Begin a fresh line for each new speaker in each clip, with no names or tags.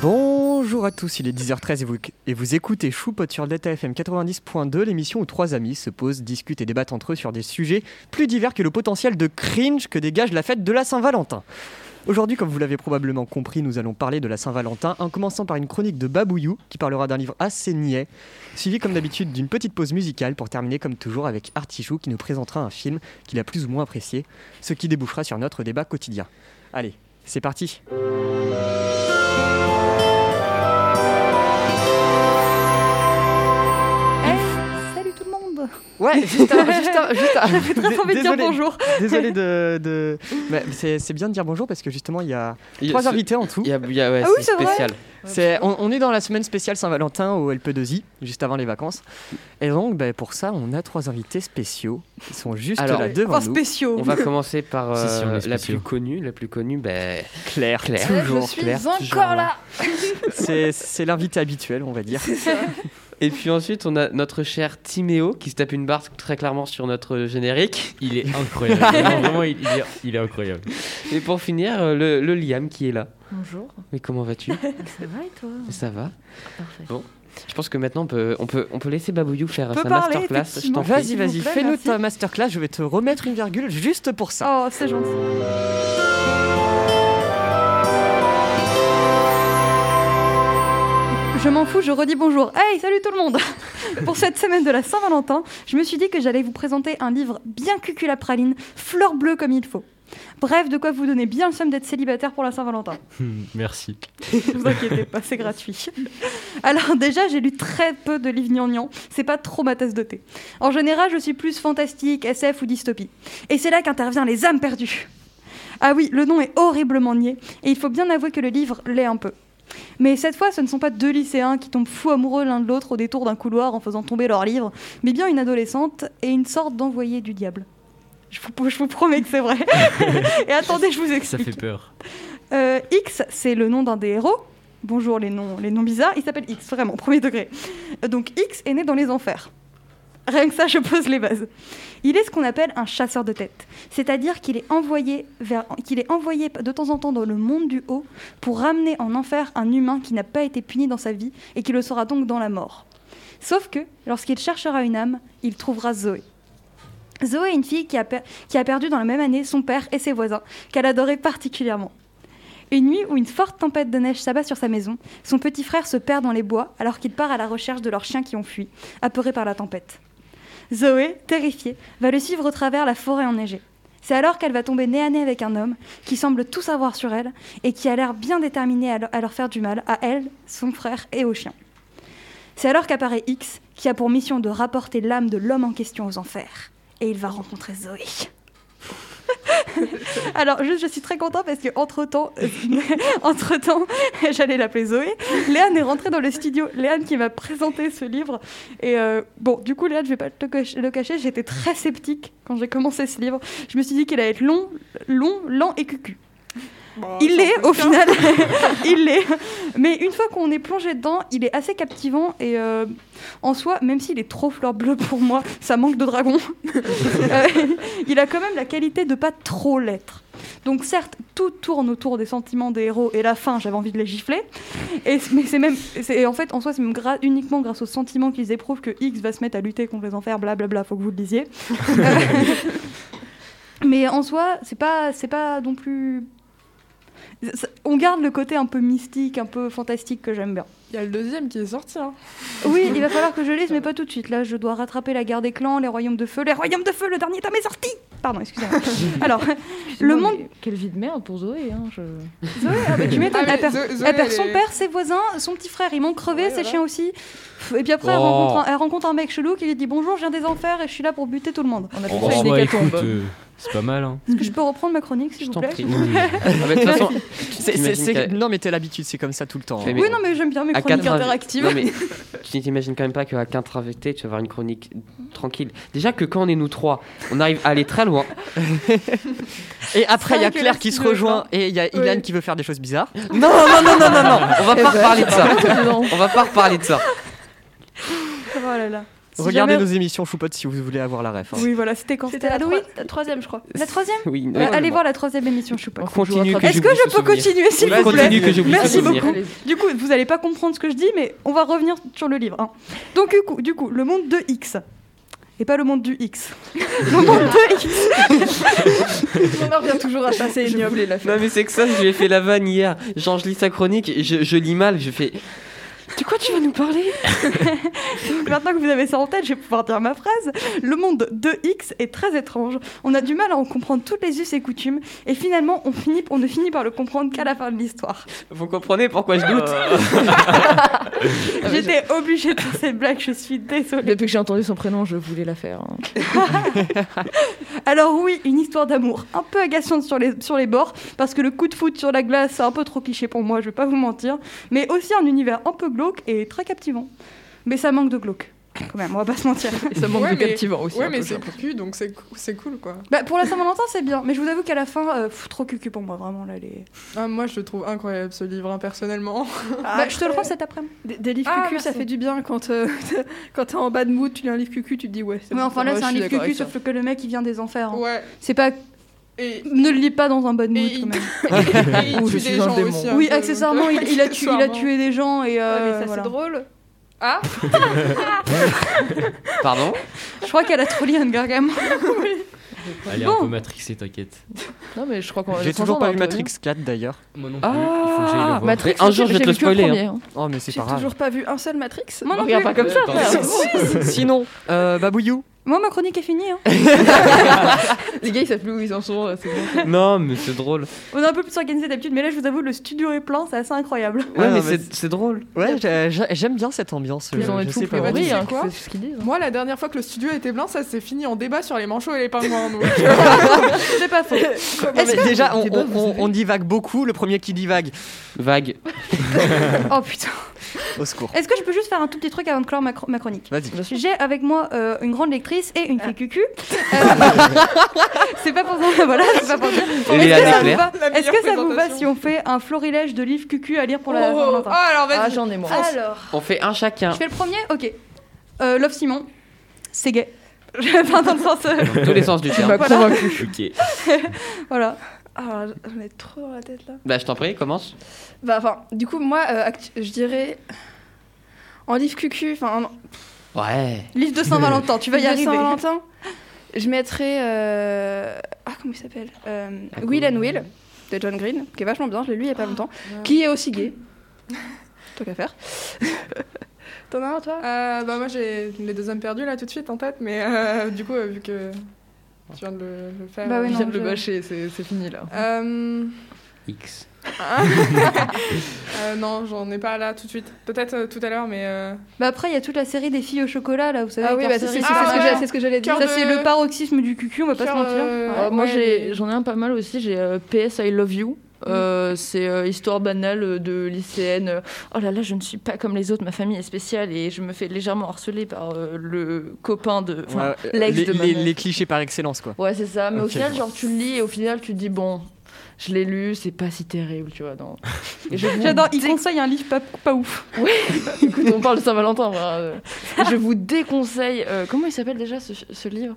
Bonjour à tous, il est 10h13 et vous, et vous écoutez Choupot sur Delta FM 90.2, l'émission où trois amis se posent, discutent et débattent entre eux sur des sujets plus divers que le potentiel de cringe que dégage la fête de la Saint-Valentin. Aujourd'hui, comme vous l'avez probablement compris, nous allons parler de la Saint-Valentin en commençant par une chronique de Babouyou qui parlera d'un livre assez niais, suivi comme d'habitude d'une petite pause musicale pour terminer comme toujours avec Artichou qui nous présentera un film qu'il a plus ou moins apprécié, ce qui débouchera sur notre débat quotidien. Allez, c'est parti
Salut tout le monde
Ouais, juste un, juste un, juste un.
J'avais très envie de dire
Désolé.
bonjour.
Désolé de. de- Mais c'est c'est bien de dire bonjour parce que justement, il y a
Il y a
trois
ce-
invités en tout.
il y a- il y a- ouais,
Ah oui,
c'est
c'est vrai.
spécial.
C'est- On, on est dans la semaine spéciale Saint-Valentin au LP2I, juste avant les vacances. Et donc, bah, pour ça, on a trois invités spéciaux qui sont juste
Alors,
là devant
Enfin,
nous.
spéciaux.
On va commencer par
Si, si, on
euh,
est
la
spéciaux.
plus connue, la plus connue, ben,
Claire,
Claire.
toujours
Eh, je suis
Claire.
encore
toujours
là.
C'est c'est l'invité habituel, on va dire.
Et puis ensuite, on a notre cher Timéo qui se tape une barre très clairement sur notre générique.
Il est incroyable. Vraiment, vraiment, il, il est, il est incroyable.
Et pour finir, euh, le, le Liam qui est là.
Bonjour,
Mais comment vas-tu
ça va et toi
Ça va
Parfait.
Je pense que maintenant, on peut, on peut, on peut laisser Babouyou faire
peut
sa
parler,
masterclass. Je
effectivement.
t'en prie.
Vas-y,
S'il
vas-y,
vous plaît,
fais-nous
merci.
ta masterclass. Je vais te remettre une virgule juste pour ça.
Oh, c'est gentil. Je m'en fous, je redis bonjour. Hey, salut tout le monde Pour cette semaine de la Saint-Valentin, je me suis dit que j'allais vous présenter un livre bien cucul à praline, fleur bleue comme il faut. Bref, de quoi vous donner bien le somme d'être célibataire pour la Saint-Valentin.
Hmm, Merci.
Ne vous inquiétez pas, c'est gratuit. Alors déjà, j'ai lu très peu de livres gnangnang. C'est pas trop ma tasse de thé. En général, je suis plus fantastique, SF ou dystopie. Et c'est là qu'intervient Les âmes perdues. Ah oui, le nom est horriblement niais, et il faut bien avouer que le livre l'est un peu. Mais cette fois, ce ne sont pas deux lycéens qui tombent fous amoureux l'un de l'autre au détour d'un couloir en faisant tomber leur livre, mais bien une adolescente et une sorte d'envoyé du diable. Je vous, je vous promets que c'est vrai. et attendez, je vous
Ça
explique.
fait peur.
Euh, X, c'est le nom d'un des héros. Bonjour les noms, les noms bizarres. Il s'appelle X, vraiment, premier degré. Euh, Donc X est né dans les enfers. Rien que ça, je pose les bases. Il est ce qu'on appelle un chasseur de tête, c'est-à-dire qu'il est envoyé vers, qu'il est envoyé de temps en temps dans le monde du haut pour ramener en enfer un humain qui n'a pas été puni dans sa vie et qui le sera donc dans la mort. Sauf que lorsqu'il cherchera une âme, il trouvera Zoé. Zoé est une fille qui a per- qui a perdu dans la même année son père et ses voisins, qu'elle adorait particulièrement. Une nuit où une forte tempête de neige s'abat sur sa maison, son petit frère se perd dans les bois alors qu'il part à la recherche de leurs chiens qui ont fui, apeurés par la tempête. Zoé, terrifiée, va le suivre au travers la forêt enneigée. C'est alors qu'elle va tomber nez à nez avec un homme qui semble tout savoir sur elle et qui a l'air bien déterminé à leur- à leur faire du mal, à elle, son frère et aux chiens. C'est alors qu'apparaît X, qui a pour mission de rapporter l'âme de l'homme en question aux enfers. Et il va rencontrer Zoé. Alors, juste, je suis très content parce que entre temps, entre temps, j'allais l'appeler Zoé. Léane est rentrée dans le studio. Léane qui m'a présenté ce livre. Et euh, bon, du coup, Léane, je vais pas te le cach- le cacher, j'étais très sceptique quand j'ai commencé ce livre. Je me suis dit qu'il allait être long, long, lent et cucu. il l'est au final, il l'est. Mais une fois qu'on est plongé dedans, il est assez captivant et euh, en soi, même s'il est trop fleur bleue pour moi, ça manque de dragon. Euh, il a quand même la qualité de pas trop l'être. Donc certes, tout tourne autour des sentiments des héros et la fin, j'avais envie de les gifler. Et c- mais c'est même, c'est et en fait en soi, c'est même gra- uniquement grâce aux sentiments qu'ils éprouvent que X va se mettre à lutter contre les enfers, blablabla. Faut que vous le lisiez. mais en soi, c'est pas, c'est pas non plus. c'est- c'est- On garde le côté un peu mystique, un peu fantastique que j'aime bien.
Il y a le deuxième qui est sorti. Hein.
Oui, il va falloir que je lise, mais pas tout de suite. Là, je dois rattraper la guerre des clans, les royaumes de feu. Les royaumes de feu, le dernier tome est sorti Pardon, excusez-moi. Alors, Le monde-
mais Quelle vie de merde pour Zoé. Hein, je...
Zoé, ah bah, tu m'étonnes, elle
Ah, mais
perd,
Zo- Zoé,
elle perd
elle
son
est-
père, ses voisins, son petit frère, ils m'ont crevé,
Ouais,
ses
voilà.
chiens aussi. Pff, Et puis après, elle,
Oh.
rencontre un, elle rencontre un mec chelou qui lui dit Bonjour, je viens des enfers et je suis là pour buter tout le monde.
Oh.
On a
En
fait ça
soi,
une
écoute,
hécatombe.
euh, c'est pas mal. Hein.
Est-ce que je peux reprendre ma chronique, s'il
Je
vous
t'en
plaît
prie.
Oui.
Ah, mais de toute façon,
C'est- c'est-
t'imagines
c'est-
qu'à-
Non, mais t'es l'habitude, c'est comme ça tout le temps.
Mais-
hein.
Oui, non, mais j'aime bien mes
à
chroniques
80
interactives.
non, mais tu t'imagines quand même pas qu'à 4 invités, tu vas avoir une chronique tranquille. Déjà que quand on est nous trois, on arrive à aller très loin.
Et après, il y a
C'est vrai que
Claire
là,
qui
si
se
le-
rejoint et il y a Ilan
Oui.
qui veut faire des choses bizarres.
Non, non, Ah, non, non, non, non, on va
Eh
pas
ben,
reparler de ça.
non.
On va pas reparler de ça.
Oh là là.
Si
Regardez
jamais-
nos émissions Choupotte si vous voulez avoir la ref. hein.
Oui, voilà, c'était quand
C'était la troi- la troisième, je crois. La troisième
Oui,
Euh, Allez
normalement.
voir la troisième émission, je sais pas.
Continue Oh. que
Est-ce que
j'oublie
je
ce
peux
souvenir.
continuer, s'il
Oui,
vous plaît
Continue que j'oublie
Merci
ce souvenir.
beaucoup. Du coup, vous allez pas comprendre ce que je dis, mais on va revenir sur le livre. hein. Donc, du coup, du coup, le monde de X. Et pas le monde du X. Le monde de X.
On en revient toujours à ça, c'est
Je
ignoble. la
Non mais c'est que ça, je lui ai fait la vanne hier. Genre je lis sa chronique, je, je lis mal, je fais... De quoi tu vas nous parler
Donc, maintenant que vous avez ça en tête, je vais pouvoir dire ma phrase. Le monde de X est très étrange. On a du mal à en comprendre toutes les us et coutumes. Et finalement, on, finit, on ne finit par le comprendre qu'à la fin de l'histoire.
Vous comprenez pourquoi je doute
Ah
J'étais obligée de faire cette blague, je suis désolée.
Depuis que j'ai entendu son prénom, je voulais la faire. hein.
Alors oui, une histoire d'amour un peu agaçante sur les, sur les bords, parce que le coup de foot sur la glace, c'est un peu trop cliché pour moi, je vais pas vous mentir, mais aussi un univers un peu glauque et très captivant. Mais ça manque de glauque, quand même, on va pas se mentir.
Et ça manque
Ouais,
de
mais-
captivant aussi. hein,
Ouais,
un
mais
peu,
c'est
j'ai l'impression.
cucu, donc c'est cou- c'est cool, quoi.
Bah, pour la Saint-Valentin, c'est bien, mais je vous avoue qu'à la fin, euh, pff, trop cucu pour moi, vraiment, là, les...
Ah, moi, je le trouve incroyable, ce livre, hein, personnellement.
Bah, je te le rends cet après-midi.
Ah, Des, des livres
Ah,
cucu, ça
merci.
fait du bien quand, euh, quand t'es en bas de mood, tu lis un livre cucu, tu te dis ouais. c'est
Mais
bon,
enfin, là,
ouais,
c'est
je
un
suis
livre
d'accord
cucu,
avec
sauf que le mec, il vient des enfers.
ça.
hein.
Ouais.
C'est pas...
Et,
Ne le lis pas dans un bon mood,
Et-
quand même.
et il
Ouh, je
tue
suis
des
un
gens
démon.
aussi. un
Oui,
peu,
accessoirement,
donc, euh,
il, il a tué, il a
accessoirement.
tué des gens, et...
Ouais, mais
euh,
ça,
voilà.
c'est drôle. Ah
Pardon
Je crois qu'elle a trop lu Hunger Games.
Elle est
Bon.
un peu matrixée, t'inquiète.
Non, mais je crois qu'on
J'ai toujours pas vu Matrix 4 d'ailleurs.
Moi non plus,
Ah.
il faut que j'aille le voir.
Matrix,
Mais un jour, je vais
j'ai
te le
vu que
spoiler,
premier, hein.
Oh mais c'est
J'ai
pas grave.
toujours pas vu un seul Matrix.
Moi non
Regarde
plus.
pas comme ça, frère.
Sinon, euh, Babouillou,
euh, Moi, ma chronique est finie. hein.
Les gars, ils savent plus où ils en sont. euh, c'est bon.
Non mais c'est drôle.
On est un peu plus organisé d'habitude, mais là, je vous avoue, le studio est plein, c'est assez incroyable.
Ouais
non,
mais
mais
c'est
c'est-
c'est drôle.
ouais, j'ai- j'ai- j'aime bien cette ambiance.
Ils en
euh,
est
je
tout
sais
pour
pas.
pourris.
rire.
tu sais quoi
C'est ce qu'ils disent. hein.
Moi, la dernière fois que le studio était blanc, ça s'est fini en débat sur les manchots et les pingouins. donc. euh,
C'est pas faux.
Non, mais déjà, on,
T'es pas,
on-
vous
on-
avez-
on divague beaucoup. Le premier qui divague,
Vague.
Oh putain.
au secours.
Est-ce que je peux juste faire un tout petit truc avant de clore ma, chro- ma chronique
Vas-y.
J'ai avec moi euh, une grande lectrice et une fille cucu. Euh, c'est pas pour ça, voilà, c'est pas pour ça.
Et
Est-ce que
les
ça
années
vous
claires.
va
La
Est-ce que ça vous va
présentation.
si on fait un florilège de livres cucu à lire pour la
Oh, oh, oh,
Saint-Valentin
alors
Ah,
vas-y.
j'en ai moi.
Alors,
On fait un chacun.
Ah.
je fais le premier Ok. Euh, Love Simon, c'est gay. Enfin, dans le sens. euh,
Dans tous les sens du
Tu
Bah,
terme.
m'as Bah, convaincu.
Ok.
voilà.
Ah, j'en ai trop dans la tête là.
Bah je t'en prie, commence.
Bah, enfin, du coup, moi, euh, actu- je dirais. En livre cucu, enfin, en
Ouais.
Livre de Saint-Valentin, tu vas y
livre de
arriver.
Saint-Valentin, je mettrais. euh, Ah, comment il s'appelle Euh,
Ah,
Will and
cool.
Will, de John Green, qui est vachement bien, je l'ai lu il y
Ah,
a pas longtemps, qui est aussi gay. Tant qu'à faire. T'en as un, toi
Euh, bah moi j'ai les deux hommes perdus là tout de suite en tête, mais euh, du coup euh, vu que tu viens de le, le faire.
Bah
euh,
oui,
Je
non,
viens de le
je-
bâcher, c'est c'est fini là.
euh,
X.
euh, non, j'en ai pas là tout de suite. Peut-être euh, tout à l'heure, mais euh,
Bah après, il y a toute la série des filles au chocolat, là, vous savez.
Ah
avec
oui,
leur
bah, c'est
série
c'est- c'est
de
Ah,
ce que
chocolat.
j'ai-
ouais.
c'est ce que j'allais dire.
Cœur
Ça,
de-
c'est le paroxysme du cucu, on va pas se
Cœur,
mentir.
euh,
Euh, moi,
ouais,
j'ai-
les-
j'en ai, un pas mal aussi. J'ai euh, PS I Love You. Euh, c'est euh, histoire banale euh, de lycéenne. euh, Oh là là, je ne suis pas comme les autres, ma famille est spéciale et je me fais légèrement harceler par euh, le copain de. enfin,
Ouais, euh,
l'ex
les,
de ma
les-
mère.
les clichés par excellence, quoi.
Ouais, c'est ça. Mais au
Ok,
final,
je
genre, tu le lis et au final, tu te dis, bon, je l'ai lu, c'est pas si terrible, tu vois. Non. Et
Oh,
je vous-
J'adore, il conseille un livre pas, pas ouf.
Écoute, on parle de Saint-Valentin. voilà, euh, je vous déconseille. euh, comment il s'appelle déjà ce, ce livre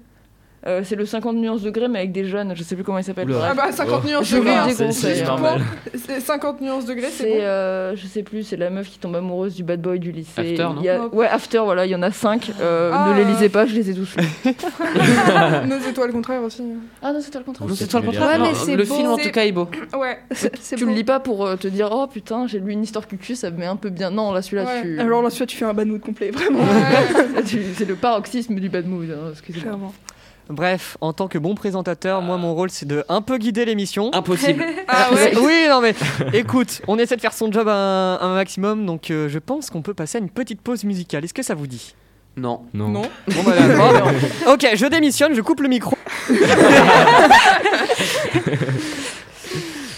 Euh, C'est le 50 nuances de Grey, mais avec des jeunes, je sais plus comment il s'appelle.
Oula.
bref.
Ah bah 50
Oh.
nuances
Je
degrés.
vous
hein.
C'est-
déconseille,
C'est
hein.
normal.
C'est 50 nuances degrés, c'est
C'est,
bon.
euh, je sais plus, c'est la meuf qui tombe amoureuse du bad boy du lycée.
After, non
Il y a- Ouais, After, voilà, il y en a 5.
Ah.
Ne les lisez pas, je les ai tous lus.
Nos étoiles contraires aussi. hein.
Ah non, c'est toi le contraire.
Non, c'est toi le
Ouais,
contraire.
mais
Non,
c'est
le
beau,
film en
c'est-
tout cas est beau.
Ouais.
C'est
Tu
beau.
le lis pas pour euh, te dire, oh putain, j'ai lu une histoire cucu, ça me met un peu bien. Non, là, celui-là,
Ouais.
tu.
Alors là, celui-là, tu fais un bad mood complet, vraiment.
Ouais.
Là, tu- c'est le paroxysme du bad mood, hein, excusez-moi.
Clairement.
Bref, en tant que bon présentateur, moi, mon rôle, c'est de un peu guider l'émission.
Impossible.
Ah ouais.
Oui, non, mais écoute, on essaie de faire son job un, un maximum, donc euh, je pense qu'on peut passer à une petite pause musicale. Est-ce que ça vous dit
Non.
Non.
Non.
Bon, bah, d'accord. Ok, je démissionne, je coupe le micro.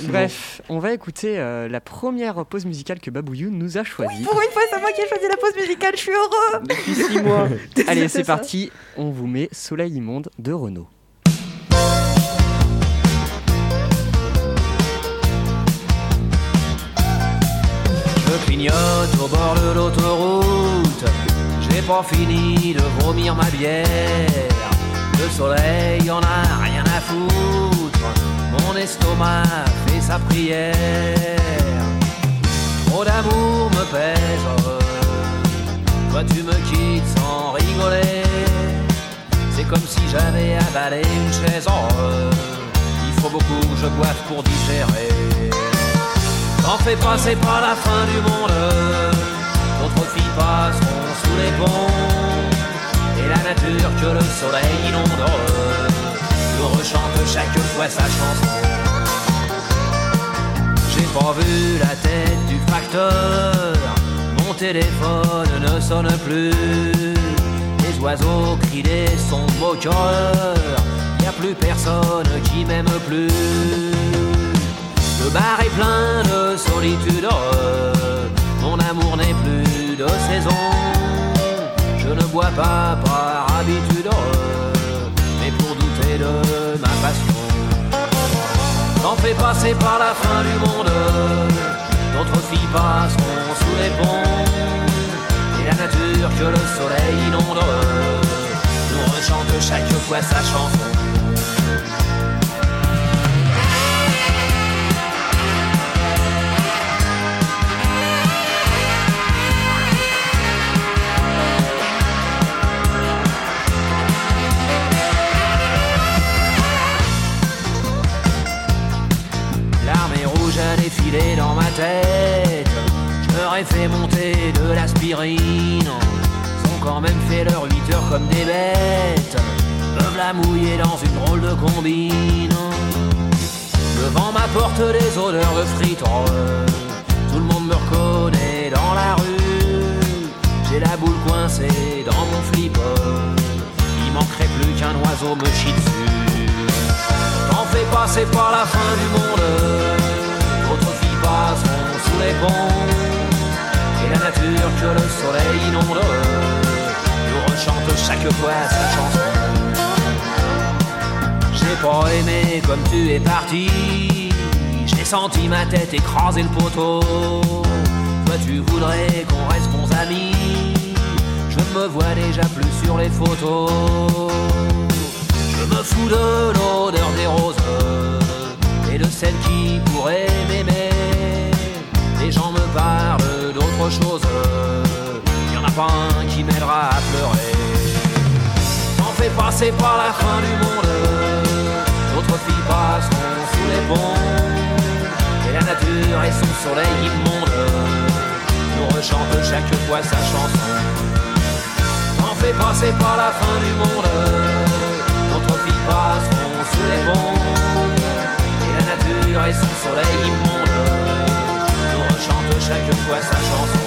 Bref, on va écouter euh, la première pause musicale que Babouillou nous a choisie.
Pour une fois, c'est moi qui ai choisi la pause musicale, je suis heureux.
Depuis 6 mois.
Allez,
C'est
c'est
ça.
parti, on vous met Soleil immonde de Renault.
Je clignote au bord de l'autoroute. J'ai J'ai pas fini de vomir ma bière. Le soleil en a rien à foutre. Mon estomac fait sa prière. Trop d'amour me pèse. Toi tu me quittes sans rigoler. C'est comme si j'avais avalé une chaise en re. Il faut beaucoup que je boive pour digérer. T'en fais pas, c'est pas la fin du monde. D'autres filles passeront sous les ponts Et la nature que le soleil inonde Nous rechante chaque fois sa chanson J'ai pas vu la tête du facteur Mon téléphone ne sonne plus Les oiseaux crient des sons moqueurs Y a plus personne qui m'aime plus Le bar est plein de solitude mon amour n'est plus de saison. Je ne bois pas par habitude, mais pour douter de ma passion. T'en fais passer par la fin du monde, d'autres filles passeront sous les ponts. Et la nature que le soleil inonde nous rechante chaque fois sa chanson. L'armée rouge a défilé dans ma tête. Je leur ai fait monter de l'aspirine. Ils ont quand même fait leur 8 heures comme des bêtes. Peuvent la mouiller dans une drôle de combine. Le vent m'apporte des odeurs de frites. Tout le monde me reconnaît dans la rue. J'ai la boule coincée dans mon flipper. Il manquerait plus qu'un oiseau me chie dessus. T'en fais passer par la fin du monde. D'autres filles passeront sous les ponts. Et la nature que le soleil inonde nous rechante chaque fois sa chanson. J'ai pas aimé comme tu es parti. J'ai senti ma tête écraser le poteau. Toi, tu voudrais qu'on reste bons amis. Je me vois déjà plus sur les photos. Je me fous de l'odeur des roses et de celles qui pourraient m'aimer. Les gens me parlent d'autre chose, y en a pas un qui m'aidera à pleurer. T'en fais passer par la fin du monde, d'autres filles passeront sous les ponts. Et la nature et son soleil immonde nous rechantent chaque fois sa chanson. T'en fais passer par la fin du monde. D'autres filles passeront sous les ponts. Et la nature et son soleil immonde nous rechantent chaque fois sa chanson.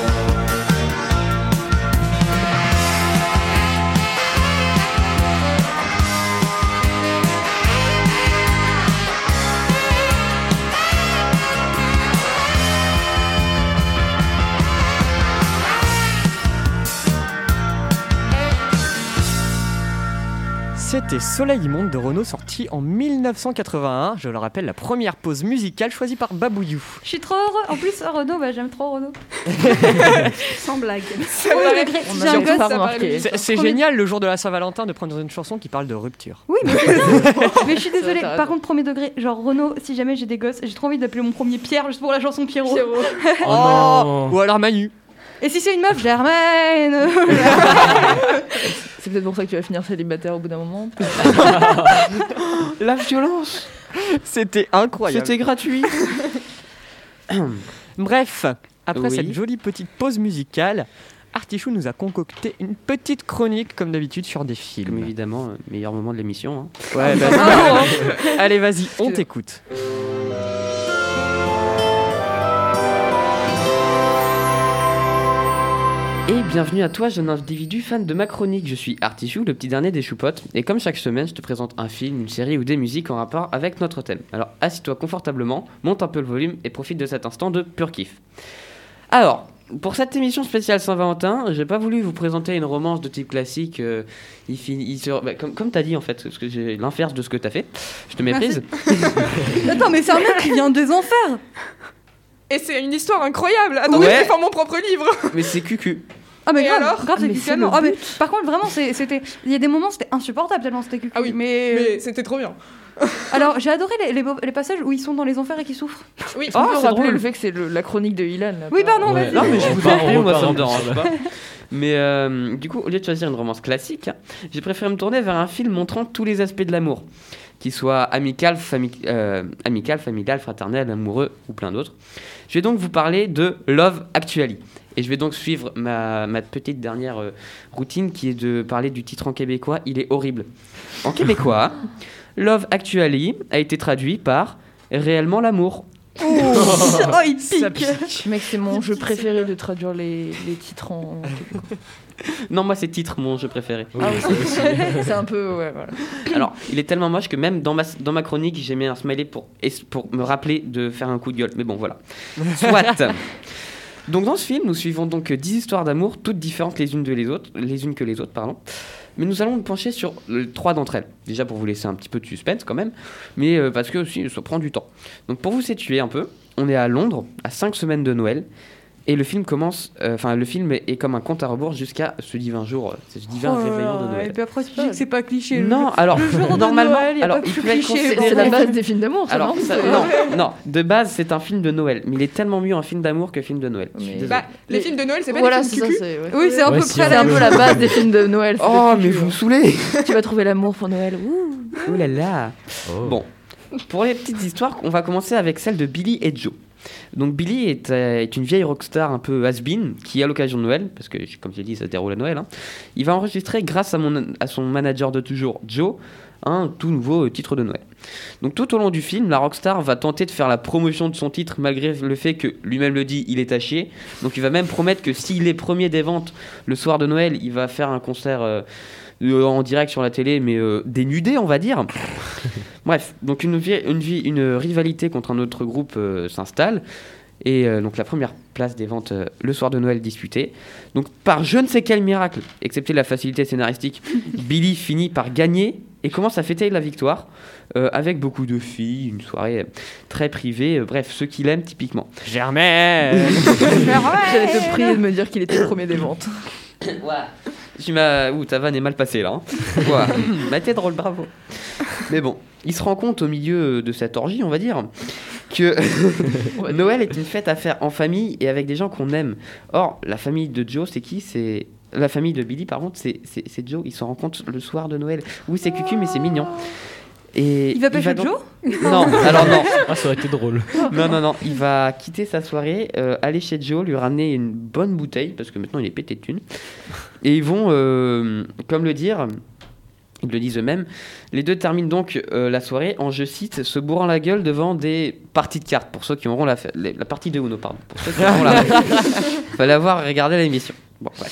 C'était Soleil Immonde de Renault sorti en 1981. Je le rappelle, la première pause musicale choisie par Babouyou.
Je suis trop heureux. En plus,
oh,
Renaud, bah, j'aime trop Renaud.
Sans blague.
Oh, le regret, si
On
j'ai
a
un
surtout
gosse,
pas
ça va-
remarqué.
C'est c'est
Premier-
génial le jour de la Saint-Valentin de prendre une chanson qui parle de rupture.
Oui, mais c'est ça. Mais je suis désolée.
Ça, t'as
Par
raison.
contre, premier degré, genre Renaud, si jamais j'ai des gosses, j'ai trop envie d'appeler mon premier Pierre juste pour la chanson Pierrot.
Oh, non.
Ou alors Manu.
Et si c'est une meuf, Germaine
C'est peut-être pour ça que tu vas finir célibataire au bout d'un moment.
La violence
C'était incroyable.
C'était gratuit
Bref, après
Oui.
cette jolie petite pause musicale, Artichou nous a concocté une petite chronique comme d'habitude sur des
Comme
films.
évidemment, euh, meilleur moment de l'émission. hein.
Ouais, bah, Allez, vas-y, on t'écoute.
Et bienvenue à toi, jeune individu fan de ma chronique. Je suis Artichou, le petit dernier des choupotes. Et comme chaque semaine, je te présente un film, une série ou des musiques en rapport avec notre thème. Alors assis-toi confortablement, monte un peu le volume et profite de cet instant de pur kiff. Alors, pour cette émission spéciale Saint-Valentin, j'ai pas voulu vous présenter une romance de type classique. euh, il finit, il se- bah, comme, comme t'as dit en fait, parce que j'ai l'inverse de ce que t'as fait. Je te méprise.
Attends, mais c'est un mec qui vient des enfers
Et c'est une histoire incroyable. Attendez,
Ouais.
je vais faire mon propre livre.
Mais c'est cucu.
Ah mais
Et
grave,
alors
grave, c'est
Mais
cucu
c'est
amour.
le
Ah, mais par contre vraiment c'est- c'était il y a des moments c'était insupportable tellement c'était cucu.
Ah oui,
mais,
mais c'était trop bien.
Alors j'ai adoré les, les, les passages où ils sont dans les enfers et qu'ils souffrent.
Oui,
Est-ce qu'on peut
c'est
rappeler
drôle.
le fait que Ah, c'est le- la chronique de Ilan. là,
Oui
par-
pardon vas-y.
Non, mais je vous en
repart,
prie,
on
moi ça me
repart en
dérange
plus,
pas. Mais euh, du coup, au lieu de choisir une romance classique, hein, j'ai préféré me tourner vers un film montrant tous les aspects de l'amour, qu'il soit amical, fami- euh, amical, familial, fraternel, amoureux ou plein d'autres. Je vais donc vous parler de Love Actually. Et je vais donc suivre ma, ma petite dernière euh, routine qui est de parler du titre en québécois Il est horrible. En québécois, Love Actually a été traduit par Réellement l'amour.
Oh il
Ça
pique.
Mec, c'est mon jeu préféré de traduire les, les titres en.
Non, moi c'est titre mon jeu préféré.
Ah oui, c'est c'est un peu. Ouais, voilà.
Alors, il est tellement moche que même dans ma, dans ma chronique, j'ai mis un smiley pour, es- pour me rappeler de faire un coup de gueule. Mais bon, voilà. Soit. donc, dans ce film, nous suivons donc 10 histoires d'amour, toutes différentes les unes, de les, autres, les unes que les autres. pardon. Mais nous allons nous pencher sur euh, trois d'entre elles. Déjà pour vous laisser un petit peu de suspense quand même, mais euh, parce que aussi, ça prend du temps. Donc, pour vous situer un peu, on est à Londres, à 5 semaines de Noël. Et le film commence, euh, enfin le film est est comme un compte à rebours jusqu'à ce divin jour, euh, ce divin
Oh
réveillon de Noël.
Et puis après tu dis que c'est pas cliché. le
Non,
jeu-
alors
le jour de
normalement,
Noël, y a
alors
pas
il
plus
faut être
cliché,
conscient-
C'est
bon.
c'est la base des films d'amour, ça,
Alors,
non
ça- non, non, de base, c'est un film de Noël, mais il est tellement mieux un film d'amour que film de Noël. Je suis
Mais-
désolé.
Bah, les,
Les-
films de Noël, c'est pas
Voilà,
des
c'est
films
ça,
cucu.
c'est ouais.
Oui c'est un
Ouais,
peu
si,
près
on
C'est
la
un
le-
peu la base des films de Noël. c'est
oh,
le
mais
cul,
vous me
hein.
saoulez
Tu vas trouver l'amour pour Noël. ouh.
Ouh là là
Oh.
Bon, pour les petites histoires, on va commencer avec celle de Billy et Joe. Donc Billy est, euh, est une vieille rockstar un peu has-been qui, à l'occasion de Noël, parce que comme j'ai dit, ça se déroule à Noël, hein, il va enregistrer grâce à, mon- à son manager de toujours, Joe, un tout nouveau euh, titre de Noël. Donc tout au long du film, la rockstar va tenter de faire la promotion de son titre malgré le fait que lui-même le dit, il est taché. Donc il va même promettre que s'il est premier des ventes le soir de Noël, il va faire un concert euh, euh, en direct sur la télé, mais euh, dénudé, on va dire. Bref, donc une, vie- une, vie- une rivalité contre un autre groupe euh, s'installe. Et euh, donc la première place des ventes euh, le soir de Noël disputée. Donc par je ne sais quel miracle, excepté la facilité scénaristique, Billy finit par gagner et commence à fêter la victoire euh, avec beaucoup de filles, une soirée euh, très privée, euh, bref, ceux qu'il aime typiquement.
Germaine
J'allais te prier de me dire qu'il était le premier des ventes.
Tu m'as. Ouh, ta vanne est mal passée là. hein. Ouah. bah, t'es drôle, bravo. Mais bon, il se rend compte au milieu de cette orgie, on va dire, que Noël est une fête à faire en famille et avec des gens qu'on aime. Or, la famille de Joe, c'est qui C'est. La famille de Billy, par contre, c'est- c'est c'est Joe. Ils se rencontrent le soir de Noël. Oui, c'est cucu, mais c'est mignon. Et
Il va pêcher
donc-
Joe
Non, alors non.
Ah, ça aurait été drôle.
Non, non, non, il va quitter sa soirée, euh, aller chez Joe, lui ramener une bonne bouteille, parce que maintenant il est pété de thunes. Et ils vont, euh, comme le dire, ils le disent eux-mêmes, les deux terminent donc euh, la soirée en, je cite, se bourrant la gueule devant des parties de cartes, pour ceux qui auront la, fa- les- la partie de Uno, pardon. Pour ceux qui auront la Fallait avoir regardé l'émission. Bon, ouais.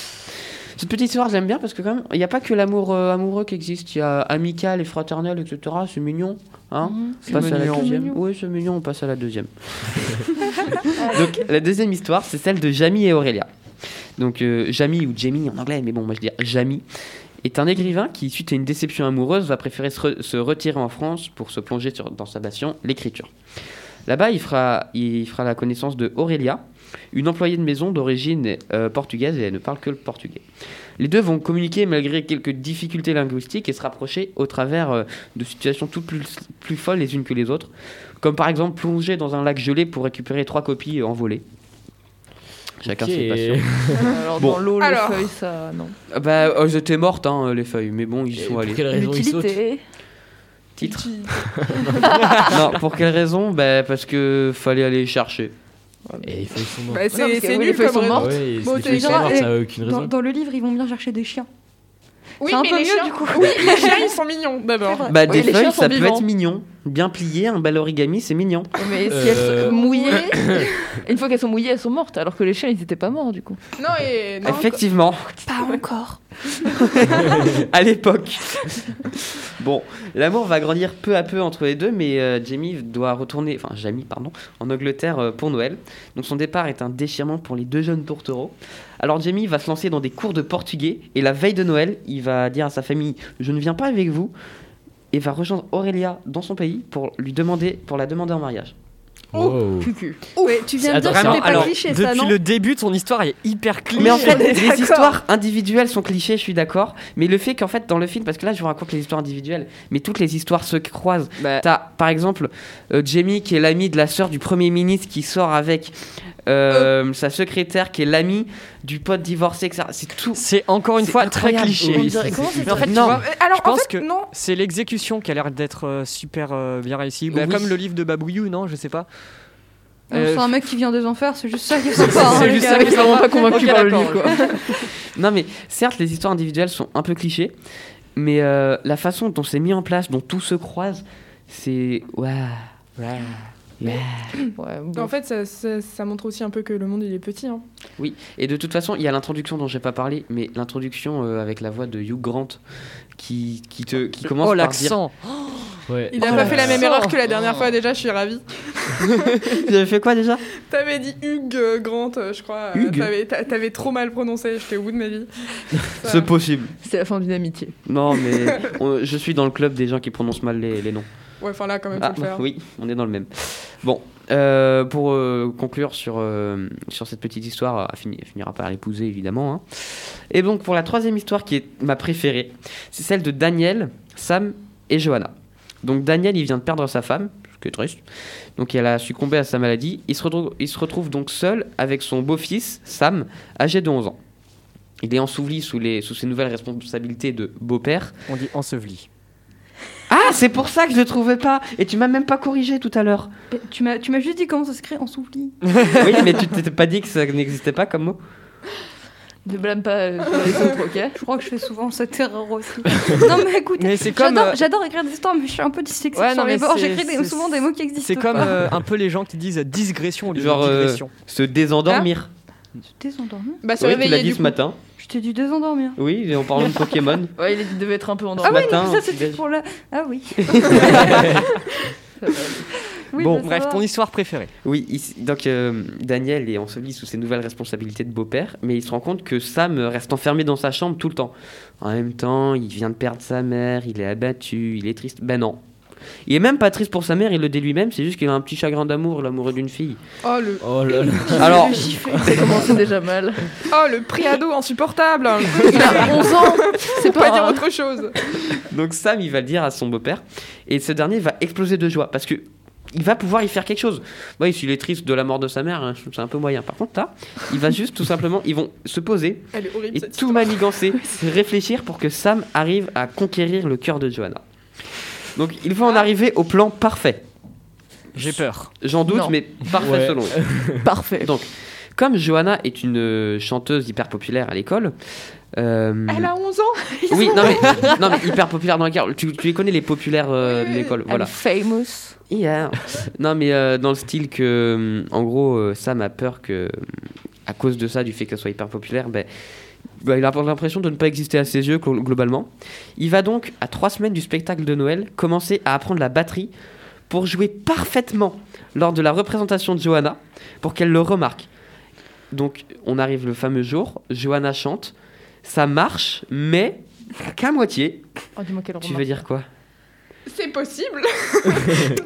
Cette petite histoire, j'aime bien parce que, quand même, il n'y a pas que l'amour euh, amoureux qui existe. Il y a amical et fraternel, etc. C'est mignon. Hein on passe à la deuxième. Oui, c'est mignon, on passe à la deuxième. Donc, la deuxième histoire, c'est celle de Jamie et Aurélia. Donc, euh, Jamie ou Jamie en anglais, mais bon, moi je dis Jamie, est un écrivain qui, suite à une déception amoureuse, va préférer se, re- se retirer en France pour se plonger sur- dans sa passion, l'écriture. Là-bas, il fera, il fera la connaissance de Aurélia, une employée de maison d'origine euh, portugaise et elle ne parle que le portugais. Les deux vont communiquer malgré quelques difficultés linguistiques et se rapprocher au travers euh, de situations toutes plus, plus folles les unes que les autres, comme par exemple plonger dans un lac gelé pour récupérer trois copies euh, envolées. Chacun
Ok.
ses passions.
Alors,
Bon.
dans l'eau, les
Alors.
feuilles, ça. Non.
Ah Bah, euh, elles étaient mortes, hein, les feuilles, mais bon, ils
Et
y sont
Pour
allés.
quelle raison il saute
L'utilité.
Titre Non, pour quelle raison Bah, parce que fallait aller chercher.
Et les feuilles sont mortes.
Bah,
mais
c'est
oui,
c'est
les
nul
feuilles
comme
sont
raison.
mortes.
Ah Ouais,
Bon,
les
tu
feuilles sont
diras,
mortes,
eh,
ça a aucune
Dans,
raison.
dans le livre ils vont bien chercher des chiens.
Oui,
C'est un
mais
peu
les
mieux,
chiens,
du coup.
Oui, les chiens, ils sont mignons d'abord.
Bah, des
Oui, les
feuilles,
chiens sont
ça peut
vivants.
être mignon. Bien plié, un bel origami, c'est mignon.
Mais si
Euh.
elles sont mouillées, une fois qu'elles sont mouillées, elles sont mortes. Alors que les chiens, ils étaient pas morts du coup.
Non, et. non,
Effectivement,
Pas encore.
à l'époque. bon, l'amour va grandir peu à peu entre les deux, mais euh, Jamie doit retourner, enfin Jamie, pardon, en Angleterre euh, pour Noël. Donc son départ est un déchirement pour les deux jeunes tourtereaux. Alors Jamie va se lancer dans des cours de portugais, et la veille de Noël, il va dire à sa famille Je ne viens pas avec vous, et va rejoindre Aurélia dans son pays pour, lui demander, pour la demander en mariage.
Wow.
Cucu.
Ouais, tu viens de dire que
Vraiment,
c'était pas
alors,
cliché, ça,
Depuis
non
le début de son histoire, elle est hyper cliché.
Mais en fait,
on est
les
d'accord.
histoires individuelles sont clichés, je suis d'accord. Mais le fait qu'en fait, dans le film, parce que là, je vous raconte les histoires individuelles, mais toutes les histoires se croisent. T'as, par exemple, euh, Jamie, qui est l'ami de la sœur du Premier ministre, qui sort avec euh, sa secrétaire, qui est l'ami du pote divorcé, etc. C'est tout.
C'est encore une
C'est
fois très
incroyable.
cliché.
On dirait- comment c'est
Mais en fait, tu
Non.
vois,
Euh, Alors,
Je
en
pense que-
fait, non.
c'est l'exécution qui a l'air d'être euh, super euh, bien réussie. Bah,
Oui.
Comme le livre de Babouyou, non Je sais pas.
Non,
Euh,
C'est un mec qui vient des enfers, c'est juste ça qui se passe.
c'est
Oh, les
juste ça
gars.
qui est vraiment
pas convaincu
Ok,
par le
d'accord,
livre, quoi.
Non, mais certes, les histoires individuelles sont un peu clichés, mais euh, la façon dont c'est mis en place, dont tout se croise, c'est. Waouh. Waouh.
Ouais, bon.
En fait, ça, ça- ça montre aussi un peu que le monde il est petit. hein.
Oui, et de toute façon, il y a l'introduction dont j'ai pas parlé, mais l'introduction euh, avec la voix de Hugh Grant qui, qui, te, qui commence
Oh,
par dire...
l'accent
Ouais.
Il a
Oh
pas
là
fait
là.
la même erreur que la dernière fois déjà, je suis ravie.
J'avais fait quoi déjà
T'avais dit Hugues euh, Grant, euh, je crois. euh,
Hugues
T'avais t'a- t'avais trop mal prononcé, j'étais au bout de ma vie. Ça-
possible.
C'est la fin d'une amitié.
Non, mais on- je suis dans le club des gens qui prononcent mal les, les noms.
Ouais, enfin là, quand même, faut
Ah,
le faire.
oui, on est dans le même. Bon, euh, pour euh, conclure sur, euh, sur cette petite histoire, euh, elle fini- elle finira par l'épouser évidemment. hein. Et donc pour la troisième histoire qui est ma préférée, c'est celle de Daniel, Sam et Johanna. Donc Daniel, il vient de perdre sa femme, ce qui est triste. Donc elle a succombé à sa maladie. Il se retrouve, il se retrouve donc seul avec son beau-fils, Sam, âgé de 11 ans. Il est enseveli sous, les, sous ses nouvelles responsabilités de beau-père.
On dit enseveli.
Ah, c'est pour ça que je ne trouvais pas Et tu m'as même pas corrigé tout à l'heure
Mais Tu m'as tu m'as juste dit comment ça se crée en soufflit.
Oui, mais tu t'étais pas dit que ça n'existait pas comme mot
Ne blâme pas euh, sur les autres, ok
Je crois que je fais souvent cette erreur aussi. non mais écoutez,
Mais c'est comme.
j'adore
euh,
j'adore écrire des histoires, mais je suis un peu dyslexique
Ouais,
sur
non,
les
mais
bords.
c'est-
J'écris des-
c'est-
souvent des mots qui existent.
C'est comme
pas.
euh, un peu les gens qui disent digression au lieu
Genre,
de
euh,
digression.
Se désendormir.
T'es endormi
Bah, Ah, se
oui, tu l'as
réveiller
dit
du
ce
coup.
matin.
Je t'ai dit deux endormir.
Oui, et en parlant de Pokémon.
Ouais, il est- il devait être un peu
Ce
endormi.
Ah oui,
matin,
non, ça c'était
petit-déj.
pour la... Ah oui. Oui,
Bon,
bah, ça
Bref,
va.
ton histoire préférée.
Oui, il- donc euh, Daniel est enseveli sous ses nouvelles responsabilités de beau-père, mais il se rend compte que Sam reste enfermé dans sa chambre tout le temps. En même temps, il vient de perdre sa mère, il est abattu, il est triste. Ben non. Il est même pas triste pour sa mère, il le dit lui-même, c'est juste qu'il a un petit chagrin d'amour, l'amoureux d'une fille.
Oh le,
Oh là là.
Alors,
Ça commençait déjà mal.
oh, le pré-ado insupportable.
Il a 11 ans
Faut
C'est
pas dire
pas un-
autre chose.
Donc Sam, il va le dire à son beau-père, et ce dernier va exploser de joie parce que il va pouvoir y faire quelque chose. Oui, s'il est triste de la mort de sa mère, hein, c'est un peu moyen. Par contre, là, il va juste tout simplement, ils vont se poser
Elle est
et
horrible cette
tout manigancer, réfléchir pour que Sam arrive à conquérir le cœur de Johanna. Donc, il va en arriver au plan parfait.
J'ai peur.
J'en doute,
Non.
mais parfait
Ouais.
selon eux.
Parfait.
Donc, comme Johanna est une euh, chanteuse hyper populaire à l'école, euh,
Elle a 11 ans.
oui, non mais, non, mais hyper populaire dans le cœur. Tu, tu les connais les populaires euh, de l'école,
Elle est
voilà.
famous.
Yeah. non mais euh, dans le style que, hum, en gros, euh, Sam a peur que, hum, à cause de ça, du fait qu'elle soit hyper populaire, ben, ben, il a l'impression de ne pas exister à ses yeux glo- globalement. Il va donc, à trois semaines du spectacle de Noël, commencer à apprendre la batterie pour jouer parfaitement lors de la représentation de Johanna, pour qu'elle le remarque. Donc on arrive le fameux jour, Johanna chante, ça marche, mais qu'à moitié.
Oh, dis-moi quelle
Tu veux dire quoi
C'est possible.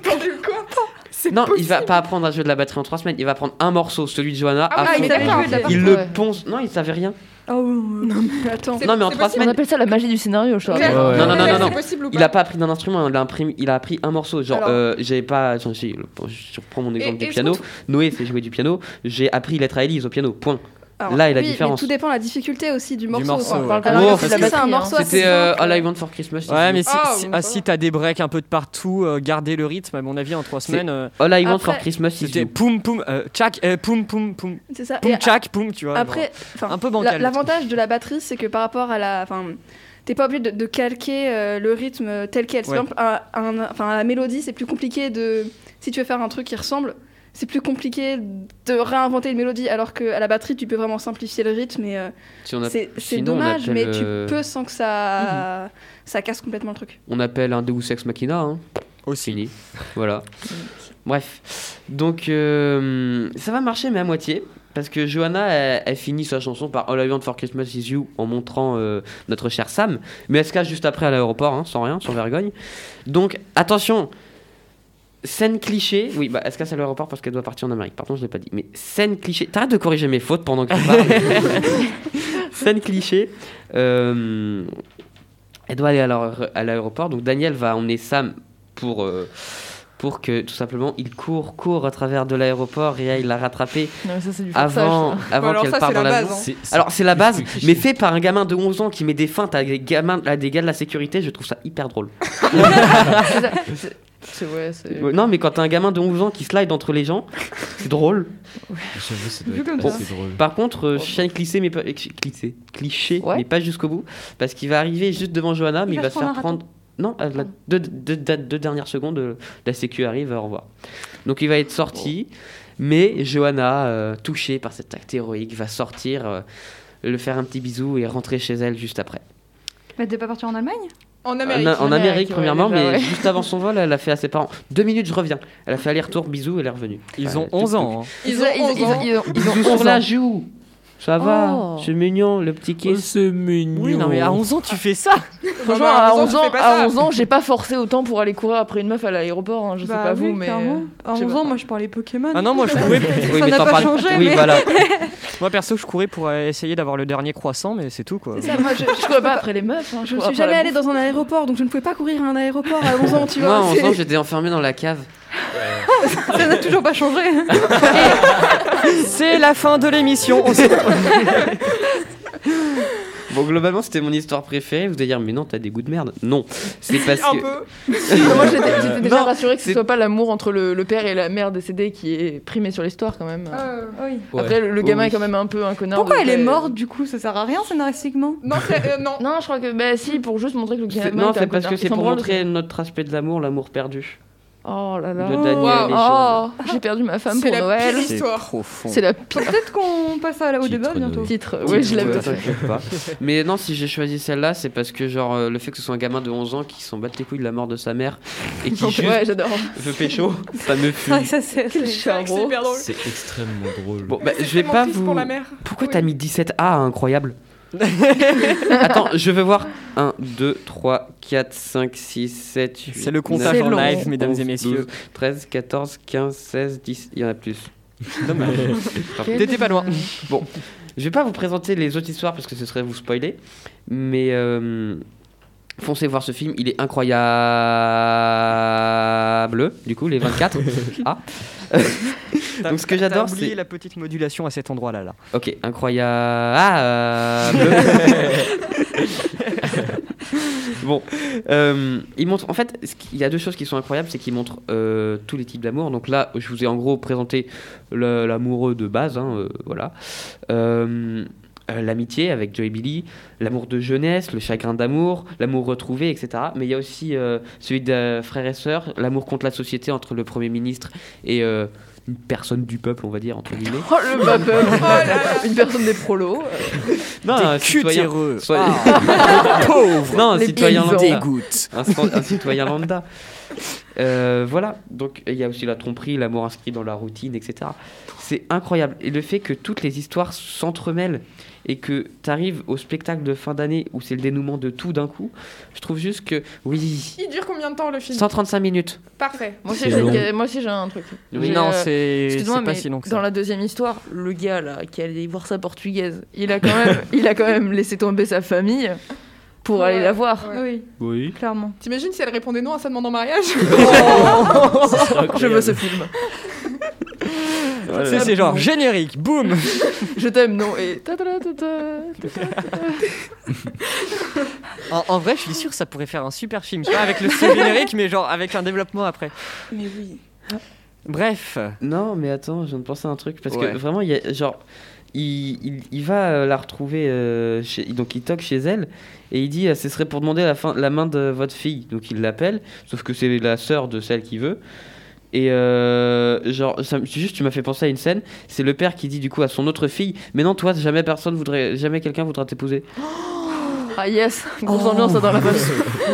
T'as vu quoi C'est
Non, il va
possible.
pas apprendre à jouer de la batterie en trois semaines. Il va prendre un morceau, celui de Johanna.
Ah oui,
à
ah,
fond.
il
il
savait jouer
d'accord.
de la
ok.
le
Ouais.
ponce. Non, il savait rien.
Ah oui, oui, oui.
Attends.
C'est-
Non, mais en
c'est
trois
possible.
On
semaines,
appelle ça la magie du scénario, je crois.
Claire,
Ouais, ouais.
Non, non, non,
mais
non, non.
C'est possible ou pas
Bah.
il a pas appris d'un instrument. Il a, imprimé- il a appris un morceau. Genre,
Alors-
euh, j'ai pas. j'en sais- bon, je reprends mon exemple
Et-
du
et
piano.
est-ce
Noé sait jouer du piano. J'ai appris lettre à Elise au piano. Point.
Alors,
Là est la
oui, mais
différence.
tout dépend de la difficulté aussi du morceau.
morceau,
quoi.
ouais.
Alors,
Oh,
parce
parce
que
que-
c'est un morceau assez
C'était euh,
simple.
All I Want for Christmas.
Ouais, mais si,
Ah,
si-
bon,
ah,
ça
si
va.
t'as des breaks un peu de partout, euh, garder le rythme, à mon avis, en trois
C'est-
semaines, euh,
All I Want
Après-
for Christmas. is
c'était
You.
poum poum, euh, tchac, euh, poum poum poum,
C'est ça. Et
poum tchac, poum, tu vois. genre.
après, enfin,
un peu
la-
bancal.
l'avantage de la batterie, c'est que par rapport à la, enfin, t'es pas obligé de, de calquer euh, le rythme euh, tel quel.
Ouais.
Par exemple, à, à un- enfin, à la mélodie, c'est plus compliqué de, si tu veux faire un truc qui ressemble, c'est plus compliqué de réinventer une mélodie, alors qu'à la batterie, tu peux vraiment simplifier le rythme et euh,
Si on a-
c'est c'est
sinon, on
dommage, mais
appelle, euh,
tu peux sans que ça, ça casse complètement le truc.
On appelle un Deus Ex Machina. Hein.
Aussi.
Fini. Voilà. Bref. Donc, euh, ça va marcher, mais à moitié. Parce que Johanna, elle, elle finit sa chanson par All I Want for Christmas is You en montrant euh, notre cher Sam. Mais elle se cache juste après à l'aéroport, hein, sans rien, sans vergogne. Donc, attention Scène cliché. Oui, bah, est-ce qu'elle a le report parce qu'elle doit partir en Amérique Pardon, je l'ai pas dit. Mais scène cliché. T'arrêtes de corriger mes fautes pendant que je parle. scène cliché. Euh, elle doit aller à l'aéro- à l'aéroport. Donc Daniel va emmener Sam pour. euh, pour que tout simplement il court, court à travers de l'aéroport et aille la rattraper
Non, mais ça, c'est du forçage.
avant, avant
alors
qu'elle
ça,
parte
c'est
dans
la
la
base, hein.
C'est- c'est-
alors c'est la
plus
base,
cliché.
mais fait par un gamin de 11 ans qui met des feintes à des gamins, à des gars de la sécurité, je trouve ça hyper drôle.
ça. C'est ça. C'est- c'est- ouais, c'est-
Euh.
Ouais, Non mais quand t'as un gamin de 11 ans qui slide entre les gens, c'est drôle.
J'avoue, ça doit
Vu
être
comme
assez drôle.
Par contre, euh, chien cliché mais pas, euh, cli- cliché, cliché
Ouais.
mais pas jusqu'au bout, parce qu'il va arriver juste devant Johanna, mais il,
va
va
se
se faire
prendre un râteau.
prendre. Non, à la deux, deux- deux- deux dernières secondes, euh, la sécu arrive, au revoir. Donc il va être sorti, mais Johanna, euh, touchée par cet acte héroïque, va sortir, euh, le faire un petit bisou et rentrer chez elle juste après.
Mais t'es pas parti en Allemagne
En
En-
Amérique.
en,
en
Amérique,
Amérique, ouais,
premièrement,
déjà,
mais
ouais.
juste avant son vol, elle a fait à ses parents Deux minutes, je reviens. Elle a fait aller-retour, bisous, elle est revenue. Euh,
Ils
Enfin,
ont
tuk-tuk.
11 ans. hein.
Ils ont 11 ans.
ils ont- ils ont
Bisous
11
sur la
ans.
joue Ça va,
Oh.
c'est mignon, le petit
Oh,
kiss.
c'est mignon.
hein. Oui, non, mais à 11 ans, tu fais ça
Franchement,
Bah,
à
tu
11 ans,
fais pas
à
ça.
11 ans, j'ai pas forcé autant pour aller courir après une meuf à l'aéroport. hein, Je sais
Bah
pas
oui,
vous, mais.
euh,
euh,
clairement. À
je sais
11
pas.
ans, moi je parlais Pokémon.
Ah non, moi je courais.
Oui,
Ça
mais
n'a
t'en
pas
parles-
changé,
Oui,
mais-
voilà.
Moi perso, je courais pour euh, essayer d'avoir le dernier croissant, mais c'est tout quoi.
C'est ça, moi, je,
Je courais pas après les meufs. hein,
je
ah,
courais
suis
après
jamais
la
allée dans un aéroport, donc je ne pouvais pas courir à un aéroport à 11 ans, tu
Moi,
vois.
à 11
c'est-
ans, j'étais enfermé dans la cave.
Ça n'a toujours pas changé.
C'est la fin de l'émission. On se-
Bon, globalement, c'était mon histoire préférée. Vous allez dire, mais non, t'as des goûts de merde. Non, c'est parce
Un
que.
peu.
Moi, j'étais j'étais déjà
Non,
rassurée que ce
c'est-
soit pas l'amour entre le, le père et la mère décédée qui est primé sur l'histoire quand même.
Euh,
Oui.
Après, le, le gamin
Oui.
est quand même un peu un connard.
Pourquoi
donc,
elle est
euh,
morte du coup Ça sert à rien scénaristiquement.
Non, c'est- euh, non.
Non, je crois que. Bah, si, pour juste montrer que le gamin.
c'est- Non,
était un
c'est parce
connard.
que
Ils
c'est
s'en
pour
branlent,
montrer notre aspect de l'amour, l'amour perdu.
ça. Oh là là.
De Daniel et
Oh, j'ai perdu ma femme
C'est
pour
la
Noël.
pire
C'est
histoire.
profond.
C'est la pire
Peut-être qu'on passe à la- au
Titre
débat
de-
bientôt.
titre. Euh, Oui, je l'avais fait.
T'inquiète pas. Mais non, si j'ai choisi celle-là, c'est parce que genre euh, le fait que ce soit un gamin de 11 ans qui s'en bat les couilles de la mort de sa mère et qui juste
Ouais, j'adore.
veut pécho, ça me
Ah,
fume.
ça c'est. c'est-
C'est vrai que c'est hyper drôle.
C'est extrêmement drôle.
Bon, bah,
C'est
je vais
tellement
pas
triste
vous.
pour la mère.
Pourquoi
Oui.
t'as mis 17A incroyable Attends, je veux voir 1, 2, 3, 4, 5, 6, 7, 8.
C'est le comptage
C'est
en
long.
live, mesdames et messieurs.
13, 14, 15, 16, 10. Il y en a plus. Dommage.
T'étais pas loin.
Oh,
Je vais pas vous présenter les autres histoires parce que ce serait vous spoiler, mais euh, foncez voir ce film, il est incroyable. Du coup, les 24. ah, Donc, ce que j'adore,
T'as oublié
c'est-
la petite modulation à cet endroit-là. Là.
ok, Ah, euh. incroyable. bon, euh, il montre. En fait, ce qui- il y a deux choses qui sont incroyables, c'est qu'il montre euh, tous les types d'amour. Donc là, je vous ai en gros présenté le- l'amoureux de base, hein, euh, voilà. Euh, euh, L'amitié avec Joey Billy, l'amour de jeunesse, le chagrin d'amour, l'amour retrouvé, etc. Mais il y a aussi euh, celui de euh, frères et sœurs, l'amour contre la société entre le Premier ministre et euh, une personne du peuple, on va dire, entre guillemets.
Oh, le peuple. Oh là là. Une personne des prolos. euh,
Non,
T'es
un citoyen.
cutéreux.
Soi-
Ah, pauvre.
Non, un
Les
citoyen
paysans.
lambda.
Dégoûte.
un, cent- un citoyen lambda. Euh, voilà, donc il y a aussi la tromperie, l'amour inscrit dans la routine, etc. C'est incroyable. Et le fait que toutes les histoires s'entremêlent et que tu arrives au spectacle de fin d'année où c'est le dénouement de tout d'un coup, je trouve juste que, oui,
Il dure combien de temps le film
135 minutes.
Parfait.
Moi aussi,
C'est long.
j'ai- moi aussi, j'ai un truc.
Oui.
J'ai,
non,
euh,
c'est c'est
Excuse-moi,
pas
mais
si long que
dans
ça.
la deuxième histoire, le gars là qui allait voir sa portugaise, il a quand même, il a quand même laissé tomber sa famille pour aller
Ouais.
la voir.
Oui,
Ouais.
Oui.
clairement.
T'imagines si elle répondait non à sa demande en mariage
Je veux ce film.
C'est c'est genre générique, boum.
Je t'aime, non Et ta ta ta ta ta.
En, en vrai, je suis sûr que ça pourrait faire un super film. Pas avec le son générique, mais genre avec un développement après.
Mais oui.
Bref.
Non, mais attends, je viens de penser à un truc parce
Ouais.
que vraiment, il y a genre. Il, il, il va euh, la retrouver, euh, chez- donc il toque chez elle et il dit euh, ce serait pour demander la, fin, la main de votre fille. Donc il l'appelle, sauf que c'est la sœur de celle qui veut. Et euh, genre, ça, me- juste tu m'as fait penser à une scène c'est le père qui dit du coup à son autre fille Mais non, toi, jamais personne voudrait, jamais quelqu'un voudra t'épouser.
Ah yes,
Oh.
grosse ambiance dans la famille.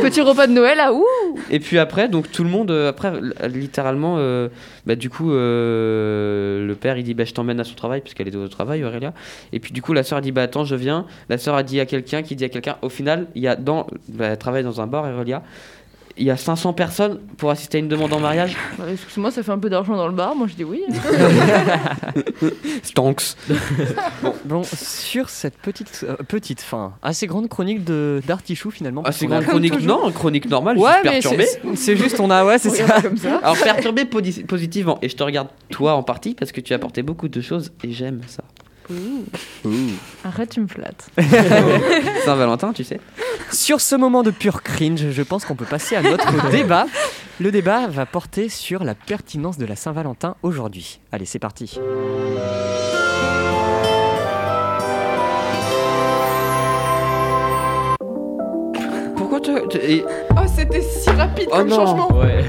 Petit repas de Noël, ah ouh
Et puis après, donc tout le monde, euh, après, l- littéralement, euh, bah, du coup, euh, le père il dit bah, Je t'emmène à son travail, parce qu'elle est au travail, Aurélia. Et puis du coup, la soeur dit Bah attends, je viens. La soeur a dit à quelqu'un qui dit à quelqu'un Au final, il y a dans. bah, elle travaille dans un bar, Aurélia. il y a 500 personnes pour assister à une demande en mariage.
Bah, Excuse-moi, ça fait un peu d'argent dans le bar. Moi, je dis oui. hein.
Stonks.
Bon, sur cette petite, euh, petite fin, assez grande chronique de d'Artichou finalement.
Ah,
parce
c'est
qu'on a-
grande chronique. Non, chronique normale,
Ouais,
juste
mais
perturbée.
c'est- c'est juste, on a. Ouais, c'est ça.
comme ça.
Alors perturbé podi- positivement. Et je te regarde toi en partie parce que tu as apporté beaucoup de choses et j'aime ça.
Arrête, tu me flattes.
Saint-Valentin, tu sais.
Sur ce moment de pur cringe, je pense qu'on peut passer à notre débat. Le débat va porter sur la pertinence de la Saint-Valentin aujourd'hui. Allez, c'est parti.
Pourquoi tu, tu- et-
Oh, c'était si rapide
Oh
comme
non.
changement.
Ouais.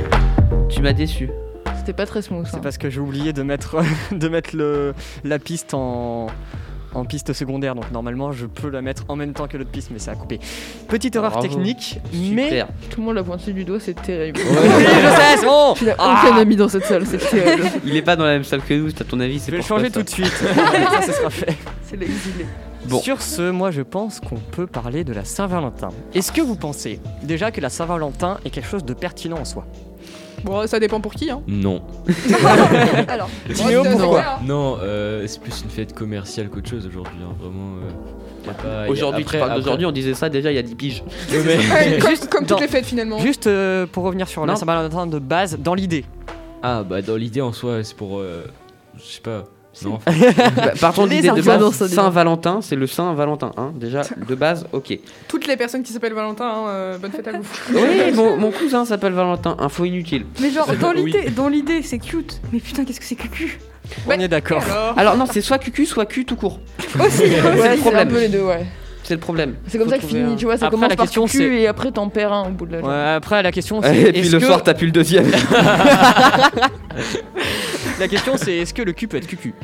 tu m'as déçu
C'était pas très smooth. hein.
C'est parce que j'ai oublié de mettre, de mettre le, la piste en, en piste secondaire. Donc normalement, je peux la mettre en même temps que l'autre piste, mais ça a coupé. Petite erreur
Bravo.
technique, mais.
Super.
Tout le monde l'a pointé du doigt, c'est terrible.
Oui, je sais, c'est bon
Tu n'as
Ah.
aucun ami dans cette salle, c'est terrible.
Il est pas dans la même salle que nous, c'est à ton
Je
avis. C'est
vais le
pourquoi
changer
ça
tout de suite. Ça, ce sera fait.
C'est l'exilé.
Bon.
Sur ce, moi je pense qu'on peut parler de la Saint-Valentin. Est-ce que vous pensez déjà que la Saint-Valentin est quelque chose de pertinent en soi
Bon, ça dépend pour qui. Hein.
Non.
Alors,
Timéo, pourquoi
Ouais, Oh, c'est hein. clair.
Non, euh, c'est plus une fête commerciale qu'autre chose aujourd'hui. hein, Vraiment. euh, y a pas- y a-
Aujourd'hui, tu
après-
parles
après-
d'aujourd'hui, on disait ça déjà il y a 10 piges.
Ouais, mais-
Ouais, comme,
Juste
comme
dans-
toutes les fêtes finalement.
Juste euh, pour revenir sur la
Non.
Saint-Valentin de base, dans l'idée.
Ah, bah dans l'idée en soi, c'est pour. euh, je sais pas. Non, enfin,
Bah, Partons de
Les
l'idée de
arguments
base,
sont des-
Saint-Valentin, c'est le Saint-Valentin. hein. Déjà, de base, ok.
Toutes les personnes qui s'appellent Valentin, hein, euh, bonne fête à vous.
Oui, mon, mon cousin s'appelle Valentin, info inutile.
Mais genre, dans
Oui.
l'idée, dans l'idée, c'est cute. Mais putain, qu'est-ce que c'est cucu
Ouais.
On est d'accord.
Alors,
Alors non, c'est soit cucu, soit cul tout court.
Aussi,
c'est
Ouais,
le
c'est un
problème.
peu les deux, ouais.
C'est le problème.
C'est comme
Faut
ça que
trouver
finit,
un-
tu vois. Ça
Après,
commence
la
par
question,
cul
c'est-
et après t'en perds un au bout de la journée.
Ouais, après la question c'est
Et puis
est-ce
le
que-
soir, t'as plus le deuxième.
la question c'est est-ce que le cul peut être cucu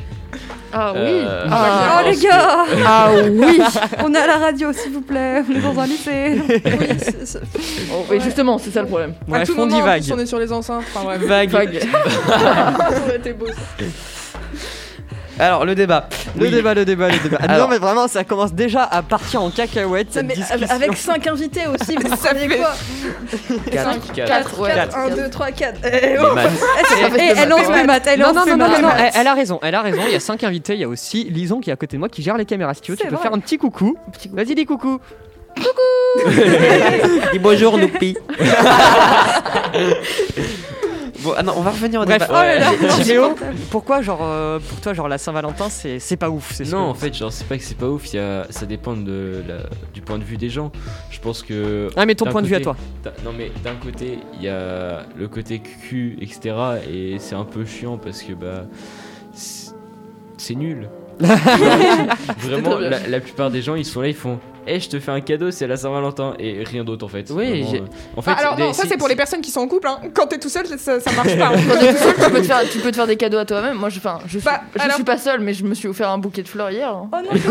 Ah oui.
Euh,
Ah,
Oh les
pense
gars
ah oui.
On est à la radio, s'il vous plaît, on est dans un lycée.
oui, c'est- c'est-
Oh, et justement, c'est ça le problème.
Bref,
à tout
on
moment, en
divague.
plus, on est sur les enceintes. Enfin, bref.
Vague.
Vague.
Bah,
Alors le débat.
Le
Oui.
débat, le débat, le débat. Ah,
Alors-
Non mais vraiment ça commence déjà à partir en cacahuète
Non,
cette
mais
euh,
discussion.
avec 5 invités aussi, vous comprenez
fait-
quoi
quatre, quatre.
4,
ouais.
4, 1, 2, 3, 4. Eh,
Les
oh
maths.
Et elle lance les maths, elle
Non,
lance
non,
les
non, non,
maths.
non, non, elle, elle a raison, elle a raison. Il y a cinq invités, il y a aussi Lison qui est à côté de moi qui gère les caméras. Si tu veux, tu
C'est
peux
vrai.
faire un petit coucou. Vas-y, dis coucou.
Dis bonjour Noupi. bon, ah non, on va revenir au
Bref,
débat.
Timéo, pourquoi, genre, euh, pour toi, genre la Saint-Valentin, c'est c'est pas ouf c'est ce
Non, en
que-
fait, genre, c'est pas que c'est pas ouf, il y a- ça dépend de la- du point de vue des gens. Je pense que.
Ah, mais ton
d'un
point de vue à
côté-
toi.
d'un- Non, mais d'un côté, il y a le côté cul, etc. Et c'est un peu chiant parce que, bah. C'est c'est nul. Vraiment,
trop bien.
la, la plupart des gens, ils sont là, ils font. Eh, je te fais un cadeau, c'est la Saint-Valentin. Et rien d'autre, en fait.
Oui,
Vraiment,
j'ai-
euh, En fait,
Ah, alors,
des-
non, ça
si-
c'est pour les
si-
personnes qui sont en couple. Hein. Quand t'es tout seul, ça, ça marche pas. hein.
Quand t'es tout seul, tu peux te faire, tu peux te faire des cadeaux à toi-même. Moi, je, enfin, je, suis,
Bah,
je
alors-
suis pas seule, mais je me suis offert un bouquet de fleurs hier. hein.
Oh non, c'est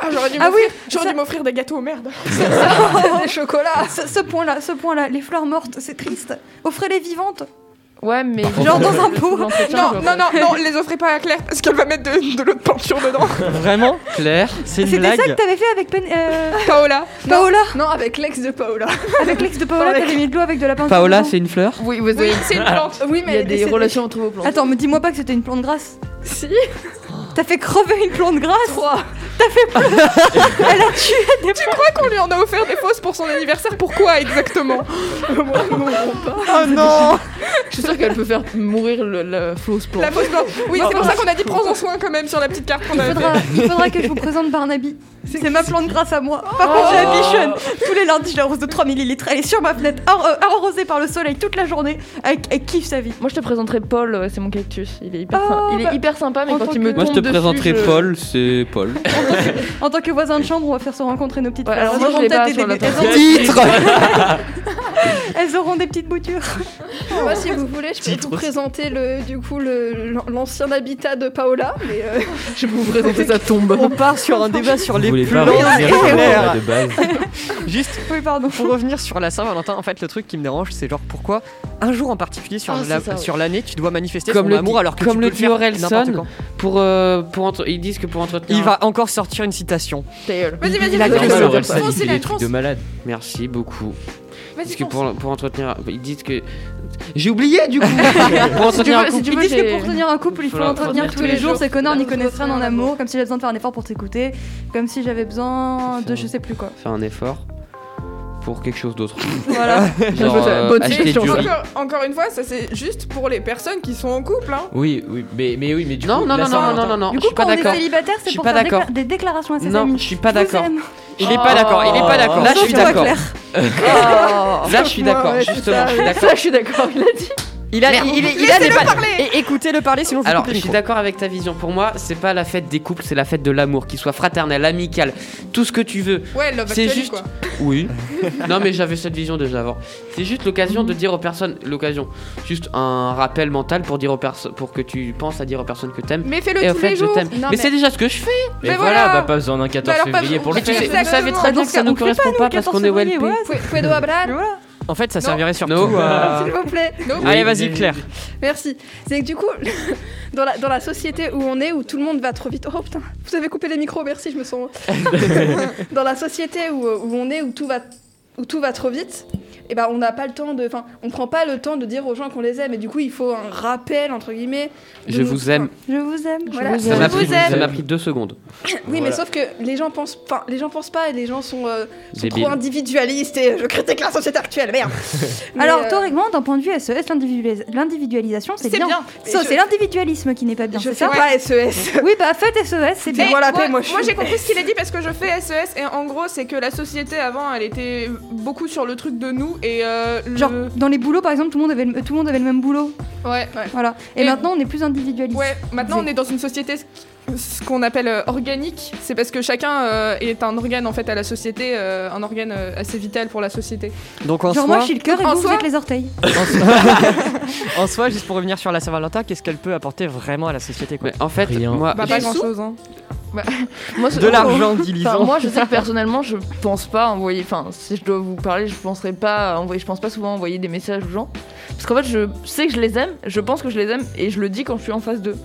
Ah, j'aurais dû
Ah oui,
m'offrir j'aurais dû m'offrir des gâteaux, merde.
trop des chocolats. ah, Ce, ce point-là, ce point-là, les fleurs mortes, c'est triste. Offrez-les vivantes.
Ouais, mais
Genre dans un pot.
Non, non, non, non, les offrez pas à Claire parce qu'elle va mettre de, de l'eau de peinture dedans.
Vraiment Claire, c'est une
C'était ça que
blague.
t'avais fait avec Pen- euh,
Paola.
Paola,
Non, avec l'ex de Paola.
avec l'ex de Paola, t'avais mis de l'eau avec de la peinture.
Paola,
dedans.
c'est une fleur
Oui, vous
Oui,
avez-
c'est une plante.
Oui,
Il y a
elle est
des
décédée.
relations entre vos plantes.
Attends, me dis-moi pas que c'était une plante grasse.
Si,
T'as fait crever une plante grasse.
3.
Tu crois qu'on lui en a offert des fausses pour son anniversaire Pourquoi exactement
Ah,
Oh non
Je suis sûre qu'elle peut faire mourir le, la fausse plante.
La fausse plante. Oui, c'est pour ça qu'on a dit prends-en soin quand même sur la petite carte qu'on
Il
avait.
faudra, il faudra que je vous présente Barnaby. C'est Oh. ma plante grâce à moi. Par contre, j'ai la bichonne. Tous les lundis, je l'arrose de 3 ml. Elle est sur ma fenêtre, ar- euh, arrosée par le soleil toute la journée. Elle, elle kiffe sa vie.
Moi, je te présenterai Paul, euh, c'est mon cactus. Il est hyper,
Oh,
sympa. il
bah,
est hyper sympa, mais
en tant
quand il me
que-
tombe
Moi, je te
dessus,
présenterai
je-
Paul, c'est Paul.
En tant que voisin de chambre, on va faire se rencontrer nos petites
Ouais, alors
fleurs.
moi, je l'ai
peut-être
pas
des-
sur la
des- elles, auront,
Titre
elles auront des petites boutures.
Moi, bah, si vous voulez, je peux vous présenter le, du coup, le- l'ancien habitat de Paola. Mais euh,
Je vais vous présenter sa tombe.
On part sur un débat sur les
Vous voulez pas
plantes
revenir sur le débat
Claire.
de base
Juste
Oui, pardon.
pour revenir sur la Saint-Valentin, en fait, le truc qui me dérange, c'est genre pourquoi un jour en particulier sur
Ah,
la-
c'est ça, ouais.
sur l'année, tu dois manifester
Comme
ton
le
amour
dit-
alors que
comme
tu
le
peux
dit
faire
Orelsan.
n'importe quand.
Pour, euh, pour entre- Ils disent que pour entretenir.
Il va encore sortir une citation.
Ta gueule.
Vas-y, vas-y,
Il a
vas-y,
commencé
vas-y.
à dire ça.
Fonce,
il fait
la
des trucs
tronce.
de malade.
Merci beaucoup. Parce que pour, pour entretenir. Ils disent que. J'ai oublié du coup Pour entretenir un
veux, si
couple.
tu
Ils
veux,
disent
j'ai-
que pour tenir un couple, il faut
Faut
l'entretenir tous les jours. Ces connards n'y
Faut
connaissent rien en
l'entretenir.
amour, comme si j'avais besoin de faire un effort pour t'écouter, comme si j'avais besoin de je sais plus quoi.
Faire un effort pour quelque chose d'autre.
Voilà.
Genre, euh,
Bonne
acheter
question.
du riz.
Encore, encore une fois, ça c'est juste pour les personnes qui sont en couple. Hein.
Oui, oui, mais, mais oui, mais du
Non,
coup.
non,
la
non, non, non,
Saint-Valentin-
non, non,
Du
je
coup,
suis pas
quand on est
d'accord.
célibataire,
Je
c'est
suis
pour
pas
faire des
d'accord.
cla- des déclarations à ses amis.
Non, je suis pas
Je vous
d'accord.
aime.
Il est pas d'accord, il est pas d'accord. Là, je suis
Sur moi,
d'accord.
Claire.
Là, je suis d'accord, justement, je suis d'accord.
Ça, Ah, je suis d'accord, il a dit.
Il a, il, il- il a des balles. Et écoutez-le parler, sinon je vous
Alors,
coupe
je
le
suis
micro.
d'accord avec ta vision. Pour moi, c'est pas la fête des couples, c'est la fête de l'amour, qu'il soit fraternel, amical, tout ce que tu veux.
Ouais, Love
C'est
Actually,
juste-
quoi.
Oui. non, mais j'avais cette vision déjà avant. C'est juste l'occasion de dire aux personnes, l'occasion, juste un rappel mental pour dire aux personnes, pour que tu penses à dire aux personnes que t'aimes.
Mais fais-le
Et en
tous
fait,
les
je
jours.
t'aime.
Non,
Mais, c'est déjà ce que je fais.
Mais,
Mais
voilà,
voilà.
bah, pas besoin d'un 14
Bah, alors, pas-
février pour le
Mais tu
faire.
sais-
Vous savez très bien
Exactement.
que ça ne
Donc, on fait
correspond pas, parce qu'on est
février,
OLP.
ouais,
Pu- Puedo hablar,
En fait, ça
Non.
servirait surtout
No.
à-
s'il vous plaît.
No.
euh, Allez,
Oui,
vas-y,
oui,
Claire.
Merci. C'est que du coup, dans la, dans la société où on est, où tout le monde va trop vite. Oh putain, vous avez coupé les micros, merci, je me sens. dans la société où, où on est, où tout va, où tout va trop vite, eh ben, on n'a pas le temps de. Enfin, on prend pas le temps de dire aux gens qu'on les aime. Et du coup, il faut un rappel, entre guillemets. de
Je
nous-
vous aime.
Je vous aime.
Voilà.
Ça m'a
Je
pris,
vous aime.
ça m'a pris deux secondes.
Oui, mais
Voilà.
sauf que les gens pensent, enfin, les gens pensent pas et les gens sont, euh, sont
Débile.
trop individualistes et je critique la société actuelle, merde. Mais,
Alors,
euh,
théoriquement, d'un point de vue SES, l'individualis- l'individualisation, c'est bien. Ça,
Et je-
c'est l'individualisme qui n'est pas bien,
je
c'est
fais
ça
pas SES.
Oui, bah faites SES, c'est bien.
Mais
Moi, la paix, moi, je
moi
suis-
j'ai compris ce qu'il a dit parce que je fais SES et en gros c'est que la société avant elle était beaucoup sur le truc de nous et euh, le...
Genre, dans les boulots, par exemple, tout le monde avait le, tout le, monde avait le même boulot.
ouais.
Voilà. Et,
Et-
maintenant, on est plus individualiste.
Ouais, maintenant on est dans une société ce- ce qu'on appelle euh, organique, c'est parce que chacun euh, est un organe en fait à la société, euh, un organe euh, assez vital pour la société.
Donc, en
Genre,
soi,
moi, je suis le cœur et
En
vous, vous
soi-
êtes les orteils.
en soi, juste pour revenir sur la Saint-Valentin, qu'est-ce qu'elle peut apporter vraiment à la société quoi
Mais en fait,
Rien.
moi,
Ah,
Bah
je-
pas
des
grand chose hein.
Moi, ce-
De l'argent, dit
Enfin,
Lisan.
moi, je sais que personnellement, je pense pas envoyer. Enfin, si je dois vous parler, je penserai pas envoyer. Je pense pas souvent envoyer des messages aux gens, parce qu'en fait, je sais que je les aime, je pense que je les aime, et je le dis quand je suis en face d'eux.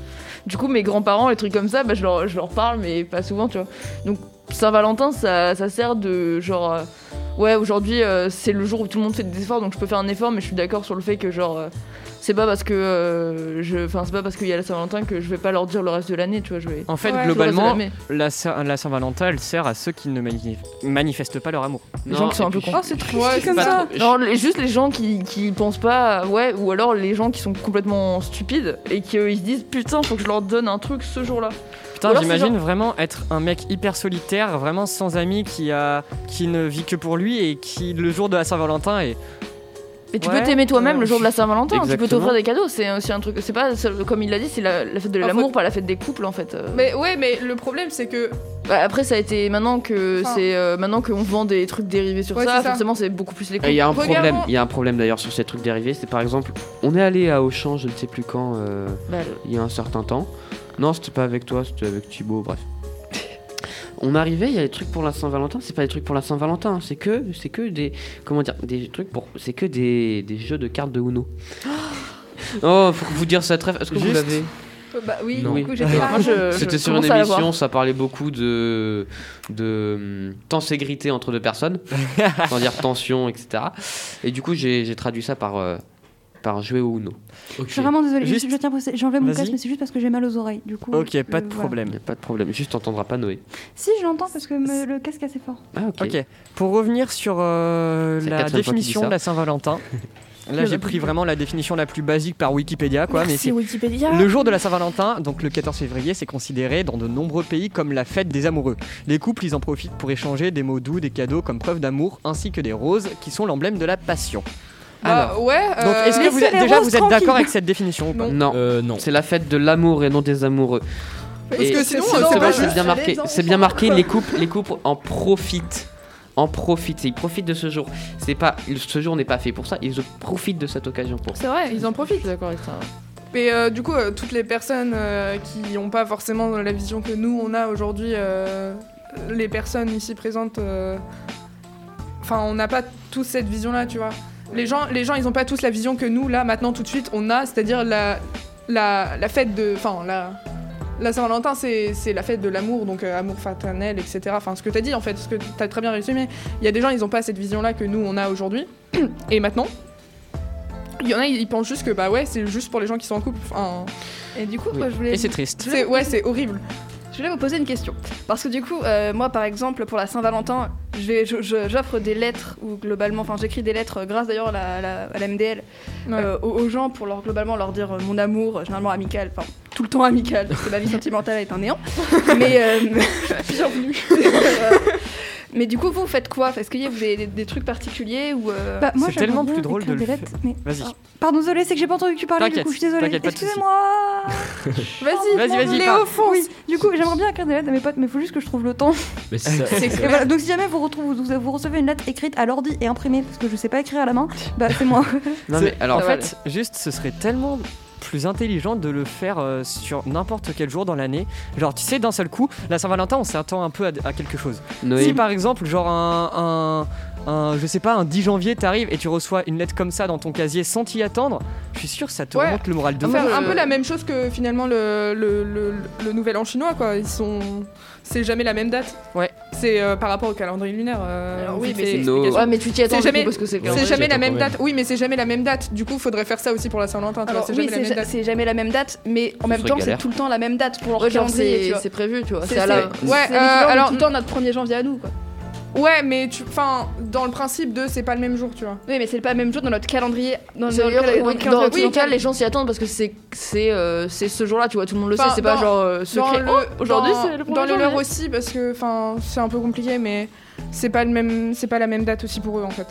Du coup, mes grands-parents, les trucs comme ça, bah, je leur, je leur parle, mais pas souvent, tu vois. Donc, Saint-Valentin, ça, ça sert de genre. euh, ouais, aujourd'hui, euh, c'est le jour où tout le monde fait des efforts, donc je peux faire un effort, mais je suis d'accord sur le fait que genre. euh, c'est pas parce que euh, je, enfin c'est pas parce qu'il y a la Saint-Valentin que je vais pas leur dire le reste de l'année, tu vois. Je vais
En fait,
Ouais.
globalement,
tout le reste de l'année.
la, Saint- la Saint-Valentin, elle sert à ceux qui ne manif- manifestent pas leur amour.
les gens qui sont
et
un peu
puis-
cons.
Oh, c'est triste
Ouais,
comme
pas
ça.
trop-
Non, les- juste les gens qui, qui pensent pas, ouais, ou alors les gens qui sont complètement stupides et qui euh, ils se disent putain, faut que je leur donne un truc ce jour-là.
Putain,
alors, c'est
j'imagine vraiment être un mec hyper solitaire, vraiment sans amis, qui, a... qui ne vit que pour lui et qui, le jour de la Saint-Valentin, est.
Mais tu
Ouais,
peux t'aimer toi-même
ouais.
le jour de la Saint-Valentin, tu peux
Exactement.
t'offrir des cadeaux, c'est aussi un truc. C'est pas, c'est- comme il l'a dit, c'est la, la fête de
En
l'amour,
fait-
pas la fête des couples en fait. euh.
Mais ouais, mais le problème c'est que
Bah, après, ça a été maintenant que
Enfin.
c'est euh, maintenant qu'on vend des trucs dérivés sur
Ouais,
ça,
c'est ça.
forcément c'est beaucoup plus les
Et Il
couples.
y a un
Regardons-
problème, il y a un problème d'ailleurs sur ces trucs dérivés, c'est par exemple, on est allé à Auchan, je ne sais plus quand, euh,
Bah,
il y a un certain temps. Non, c'était pas avec toi, c'était avec Thibaut, bref. On arrivait, il y a des trucs pour la Saint-Valentin, c'est pas des trucs pour la Saint-Valentin, hein. c'est que c'est que des comment dire, des trucs pour c'est que des, des jeux de cartes de Uno. Oh, faut vous dire ça très est-ce que vous
Juste.
l'avez
Euh, Bah oui,
Non.
du coup, j'étais
le-
là.
moi, euh, je- je
C'était sur une
commence à l'avoir.
émission, ça parlait beaucoup de de hum, tenségrité entre deux personnes, sans dire tension, etc. Et du coup, j'ai j'ai traduit ça par euh, par jouer au Uno.
Je suis vraiment désolée,
Juste-
je tiens à préciser. J'ai enlevé mon
Vas-y.
casque, mais c'est juste parce que j'ai mal aux oreilles. Du coup,
Ok, pas
euh,
de
voilà.
problème.
Il n'y a pas de problème, juste t'entendras pas Noé.
Si, je l'entends parce que me- le casque est assez fort.
Ah ok.
Ok, pour revenir sur euh,
C'est la
la
quatrième fois qu'il
définition
dit ça.
de la Saint-Valentin, là j'ai pris vraiment la définition la plus basique par Wikipédia, quoi, mais c'est
Wikipédia.
le jour de la Saint-Valentin, donc le 14 février, c'est considéré dans de nombreux pays comme la fête des amoureux. Les couples, ils en profitent pour échanger des mots doux, des cadeaux comme preuve d'amour, ainsi que des roses qui sont l'emblème de la passion.
bah,
Alors,
ouais,
donc
euh,
est-ce que
laissez
vous êtes,
les
déjà
roses
vous êtes d'accord
tranquilles.
avec cette définition ou pas
Non.
Non.
Euh, non.
C'est la fête de l'amour et non des amoureux.
parce
Et
que sinon euh,
sinon, c'est
c'est
C'est
pas
pas
vrai,
juste.
c'est bien marqué.
Les enfants.
C'est bien marqué. Les couples, les couples en profitent. En profitent. Ils profitent de ce jour. C'est pas. Ce jour n'est pas fait pour ça. Ils profitent de cette occasion pour. ça.
C'est vrai, ils en profitent. D'accord avec ça.
Et euh, du coup, euh, toutes les personnes euh, qui n'ont pas forcément la vision que nous on a aujourd'hui, euh, les personnes ici présentes, euh, enfin, on n'a pas tous cette vision-là, tu vois. Les gens, les gens, ils n'ont pas tous la vision que nous là, maintenant, tout de suite, on a, c'est-à-dire la, la, la fête de, enfin, la, la Saint-Valentin, c'est c'est la fête de l'amour, donc euh, amour fraternel, etc. Enfin, ce que t'as dit en fait, ce que t'as très bien résumé. Il y a des gens, ils n'ont pas cette vision-là que nous on a aujourd'hui. Et maintenant, il y en a, ils pensent juste que bah ouais, c'est juste pour les gens qui sont en couple. Enfin,
Et du coup,
Oui.
moi, je voulais.
Et c'est triste.
c'est- ouais, c'est horrible.
Je voulais vous poser une question. Parce que du coup, euh, moi par exemple, pour la Saint-Valentin, je vais- je- je- j'offre des lettres, ou globalement, enfin j'écris des lettres, euh, grâce d'ailleurs à la, la- à la MDL,
Ouais.
euh, aux, aux gens pour leur globalement leur dire euh, mon amour, euh, généralement amical, enfin tout le temps amical, parce que ma vie sentimentale est un néant. mais. euh, Bienvenue Mais du coup, vous faites quoi Est-ce qu'il y a vous avez des, des trucs particuliers ou euh,
Bah, moi,
C'est
j'aimerais
tellement
bien
plus drôle de
écrire
le
des lettres, mais- oh,
Vas-y.
Pardon, désolé, c'est que j'ai pas entendu que tu parlais, du
T'inquiète,
coup, je suis désolée.
t'inquiète, pas de soucis.
Excusez-moi
Vas-y,
Vas-y, vas-y,
les
parle.
offenses.
Oui, du coup, j'aimerais bien écrire des lettres à mes potes, mais faut juste que je trouve le temps.
Mais c'est ça.
C'est-
Et voilà, donc si jamais vous, retrouvez, vous, vous recevez une lettre écrite à l'ordi et imprimée, parce que je sais pas écrire à la main, bah c'est moi.
Non,
C'est-
mais alors,
en
Ça va
fait, juste, ce serait tellement plus intelligent de le faire euh, sur n'importe quel jour dans l'année. Genre, tu sais, d'un seul coup, la Saint-Valentin, on s'attend un peu à, à quelque chose. Si
Noé,
par exemple, genre un, un, un- je sais pas, un 10 janvier, t'arrives et tu reçois une lettre comme ça dans ton casier sans t'y attendre, je suis sûr que ça te
Ouais.
remonte le moral de
Faire
ouf.
un
euh,
peu la même chose que finalement le, le, le, le nouvel an chinois quoi. Ils sont c'est jamais la même date.
Ouais.
C'est euh, par rapport au calendrier lunaire. euh,
Alors oui,
c'est-
mais c'est-
No.
Ouais, mais tu t'y attends
C'est
du
jamais-
coup, parce que c'est
Ouais,
c'est
j'y
jamais la
attends
même
quand même.
date. Oui, mais c'est jamais la même date. Du coup, faudrait faire ça aussi pour la Saint-Valentin. tu vois,
Alors,
C'est
oui,
jamais la
c'est
même
ja-
date.
c'est jamais la même date, mais en même
serait
temps, c'est
galère.
tout le temps la même date pour leur
Ouais, genre,
calendrier, tu
c'est
vois.
c'est prévu, tu vois.
C'est-
C'est à la-
c'est-
Ouais,
c'est
euh,
l'équivalent de
alors-
tout le temps notre 1er janvier à nous, quoi.
Ouais, mais tu, enfin, dans le principe de c'est pas le même jour, tu vois.
Oui, mais c'est pas le même jour dans notre calendrier. Dans,
C'est-
dans le cal-
oui,
dans le
Dans
calendrier
tous les cas,
local.
les gens s'y attendent parce que c'est c'est euh, c'est ce jour-là, tu vois, tout le monde le sait,
Enfin,
c'est pas
dans-
genre euh,
Dans
secret.
le-
Oh, aujourd'hui,
dans-
c'est le premier
Dans le
jour,
leur
mais-
aussi, parce que, enfin, c'est un peu compliqué, mais c'est pas le même, c'est pas la même date aussi pour eux en fait.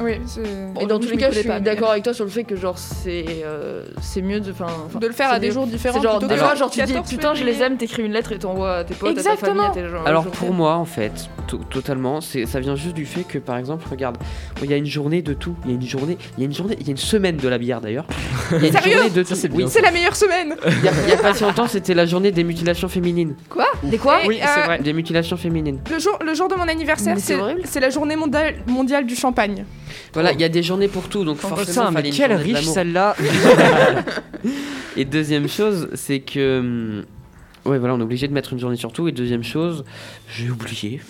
Oui, c'est.
Ah Et dans
je
tous les
m'y
cas,
connais
je suis
pas, mais-
d'accord avec toi sur le fait que genre c'est euh, c'est mieux de enfin enfin,
de le faire
c'est
à des
mieux.
jours
C'est
différents.
genre
plutôt
des
que
fois,
le
genre tu te dis
14
putain, je
février.
les aime, t'écris une lettre et t'envoies à tes potes,
Exactement.
à ta famille, à tes gens.
Alors
genre,
pour moi en fait, to- totalement, c'est- ça vient juste du fait que par exemple, regarde, il y a une journée de tout, il y a une journée, il y a une journée, il y a une semaine de la bière d'ailleurs. Il y a une
Sérieux
journée de tout.
Ça, c'est
Oui,
bien.
C'est la meilleure semaine.
il y a- il y a pas si longtemps, c'était la journée des mutilations féminines.
Des quoi
Et,
Oui,
euh,
c'est vrai, des mutilations féminines.
Le jour, le jour de mon anniversaire,
Mais c'est
c'est
horrible.
c'est la journée mondiale, mondiale du champagne.
Voilà, il y a des journées pour tout, donc forcément,
Putain, mais
fallait une
quelle
journée de
riche
l'amour.
celle-là!
Et deuxième chose, c'est que. hum, Ouais, voilà, on est obligé de mettre une journée sur tout. Et deuxième chose, j'ai oublié.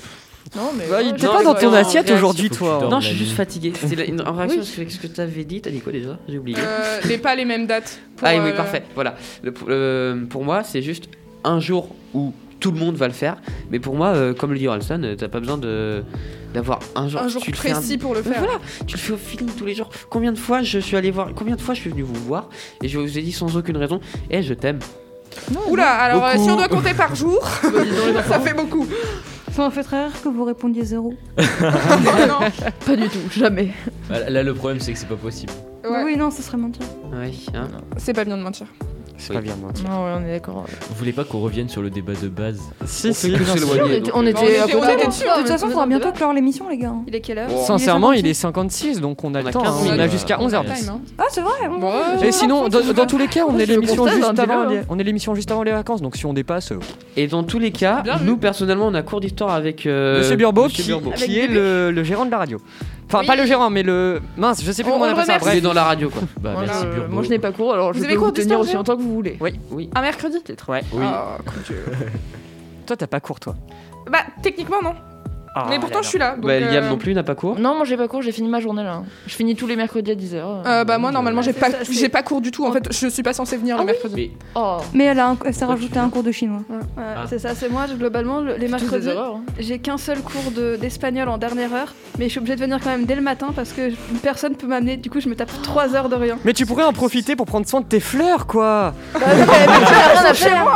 Non mais
Bah,
ouais,
il
je
t'es
sais
pas dans
quoi,
ton
en
assiette
réaction.
aujourd'hui,
faut que
toi!
tu
hein.
dormes.
Non,
la
je suis juste
nuit.
fatigué. C'était la- une- en réaction avec ce que t'avais dit. T'as dit quoi déjà J'ai oublié.
Euh, les pas les mêmes dates. pour,
ah oui,
euh,
parfait. Voilà. Le- pour- euh, pour moi, c'est juste un jour où tout le monde va le faire. Mais pour moi, euh, comme le dit Oralson, euh, t'as pas besoin de d'avoir un jour.
Un jour
tu le fais un- Euh,
précis pour le faire.
Voilà, tu le fais au feeling tous les jours. Combien de fois je suis allé voir, combien de fois je suis venu vous voir et je vous ai dit sans aucune raison, eh je t'aime.
Oula, alors euh,
Beaucoup.
si on doit compter par jour, ça fait beaucoup.
Ça m'a fait très rire que vous répondiez zéro.
Ah,
Non,
Pas du tout, jamais.
Bah, Là, le problème, c'est que c'est pas possible.
Ouais.
Bah Oui, non, ce serait mentir.
Ouais, hein.
C'est pas bien de mentir.
C'est pas bien, non.
Non, ouais, on est d'accord.
Vous voulez pas qu'on revienne sur le débat de base
Si,
On
si.
fait que s'éloigner, donc,
On
euh,
Bah, on était-
était à
on
côté.
était
hein.
dessus,
De toute façon, faudra bientôt clore l'émission, les gars. hein.
Il est quelle heure
Sincèrement, il est 56, donc on a le temps. hein.
minutes.
On a jusqu'à
Time,
11h10.
hein.
Ah, c'est vrai bon.
Et sinon, dans, dans tous les cas, on est
Je
l'émission
constate, hein,
juste
dis-le,
avant, les-
hein.
on est l'émission juste avant les vacances. Donc si on dépasse, euh,
Et dans tous les cas,
Bien vu.
nous personnellement, on a cours d'histoire avec euh,
Monsieur Burbo,
Monsieur
qui,
Burbo.
qui est le, le gérant de la radio. Enfin, pas le gérant, mais le mince, je sais plus
On-
comment on
on le
appelle ça.
Il est
Bref,
dans la radio quoi.
Bah,
Moi,
merci,
je-
Burbo.
Moi je n'ai pas cours, alors je
Vous
peux
avez
vous
cours d'histoire,
tenir aussi
d'ailleurs
longtemps que vous voulez.
Oui, oui.
Un mercredi peut-être.
Ouais.
Oui.
Ah, coup de Dieu.
toi, t'as pas cours, toi.
Bah, techniquement, non.
Ah,
Mais pourtant, je suis là. donc,
Bah, Liam
euh,
non plus n'a pas cours.
Non, moi j'ai pas cours, j'ai fini ma journée là. Je finis tous les mercredis à 10h.
euh, bah moi normalement j'ai
C'est
pas
ça, c'est-
j'ai pas cours du tout en fait je suis pas censée venir
Ah
le
oui
mercredi
Mais
Oh,
Mais elle, a un- elle s'est rajouté un cours de chinois.
Ah.
C'est ça, c'est moi. je- Globalement, le- les
tous des
mercredis,
erreurs. hein.
j'ai qu'un seul cours de- d'espagnol en dernière heure, mais je suis obligée de venir quand même dès le matin parce que je- personne peut m'amener. Du coup, je me tape 3 heures de rien.
Ah,
Mais tu pourrais en profiter pour prendre soin de tes fleurs, quoi.
Bah, Rien à faire.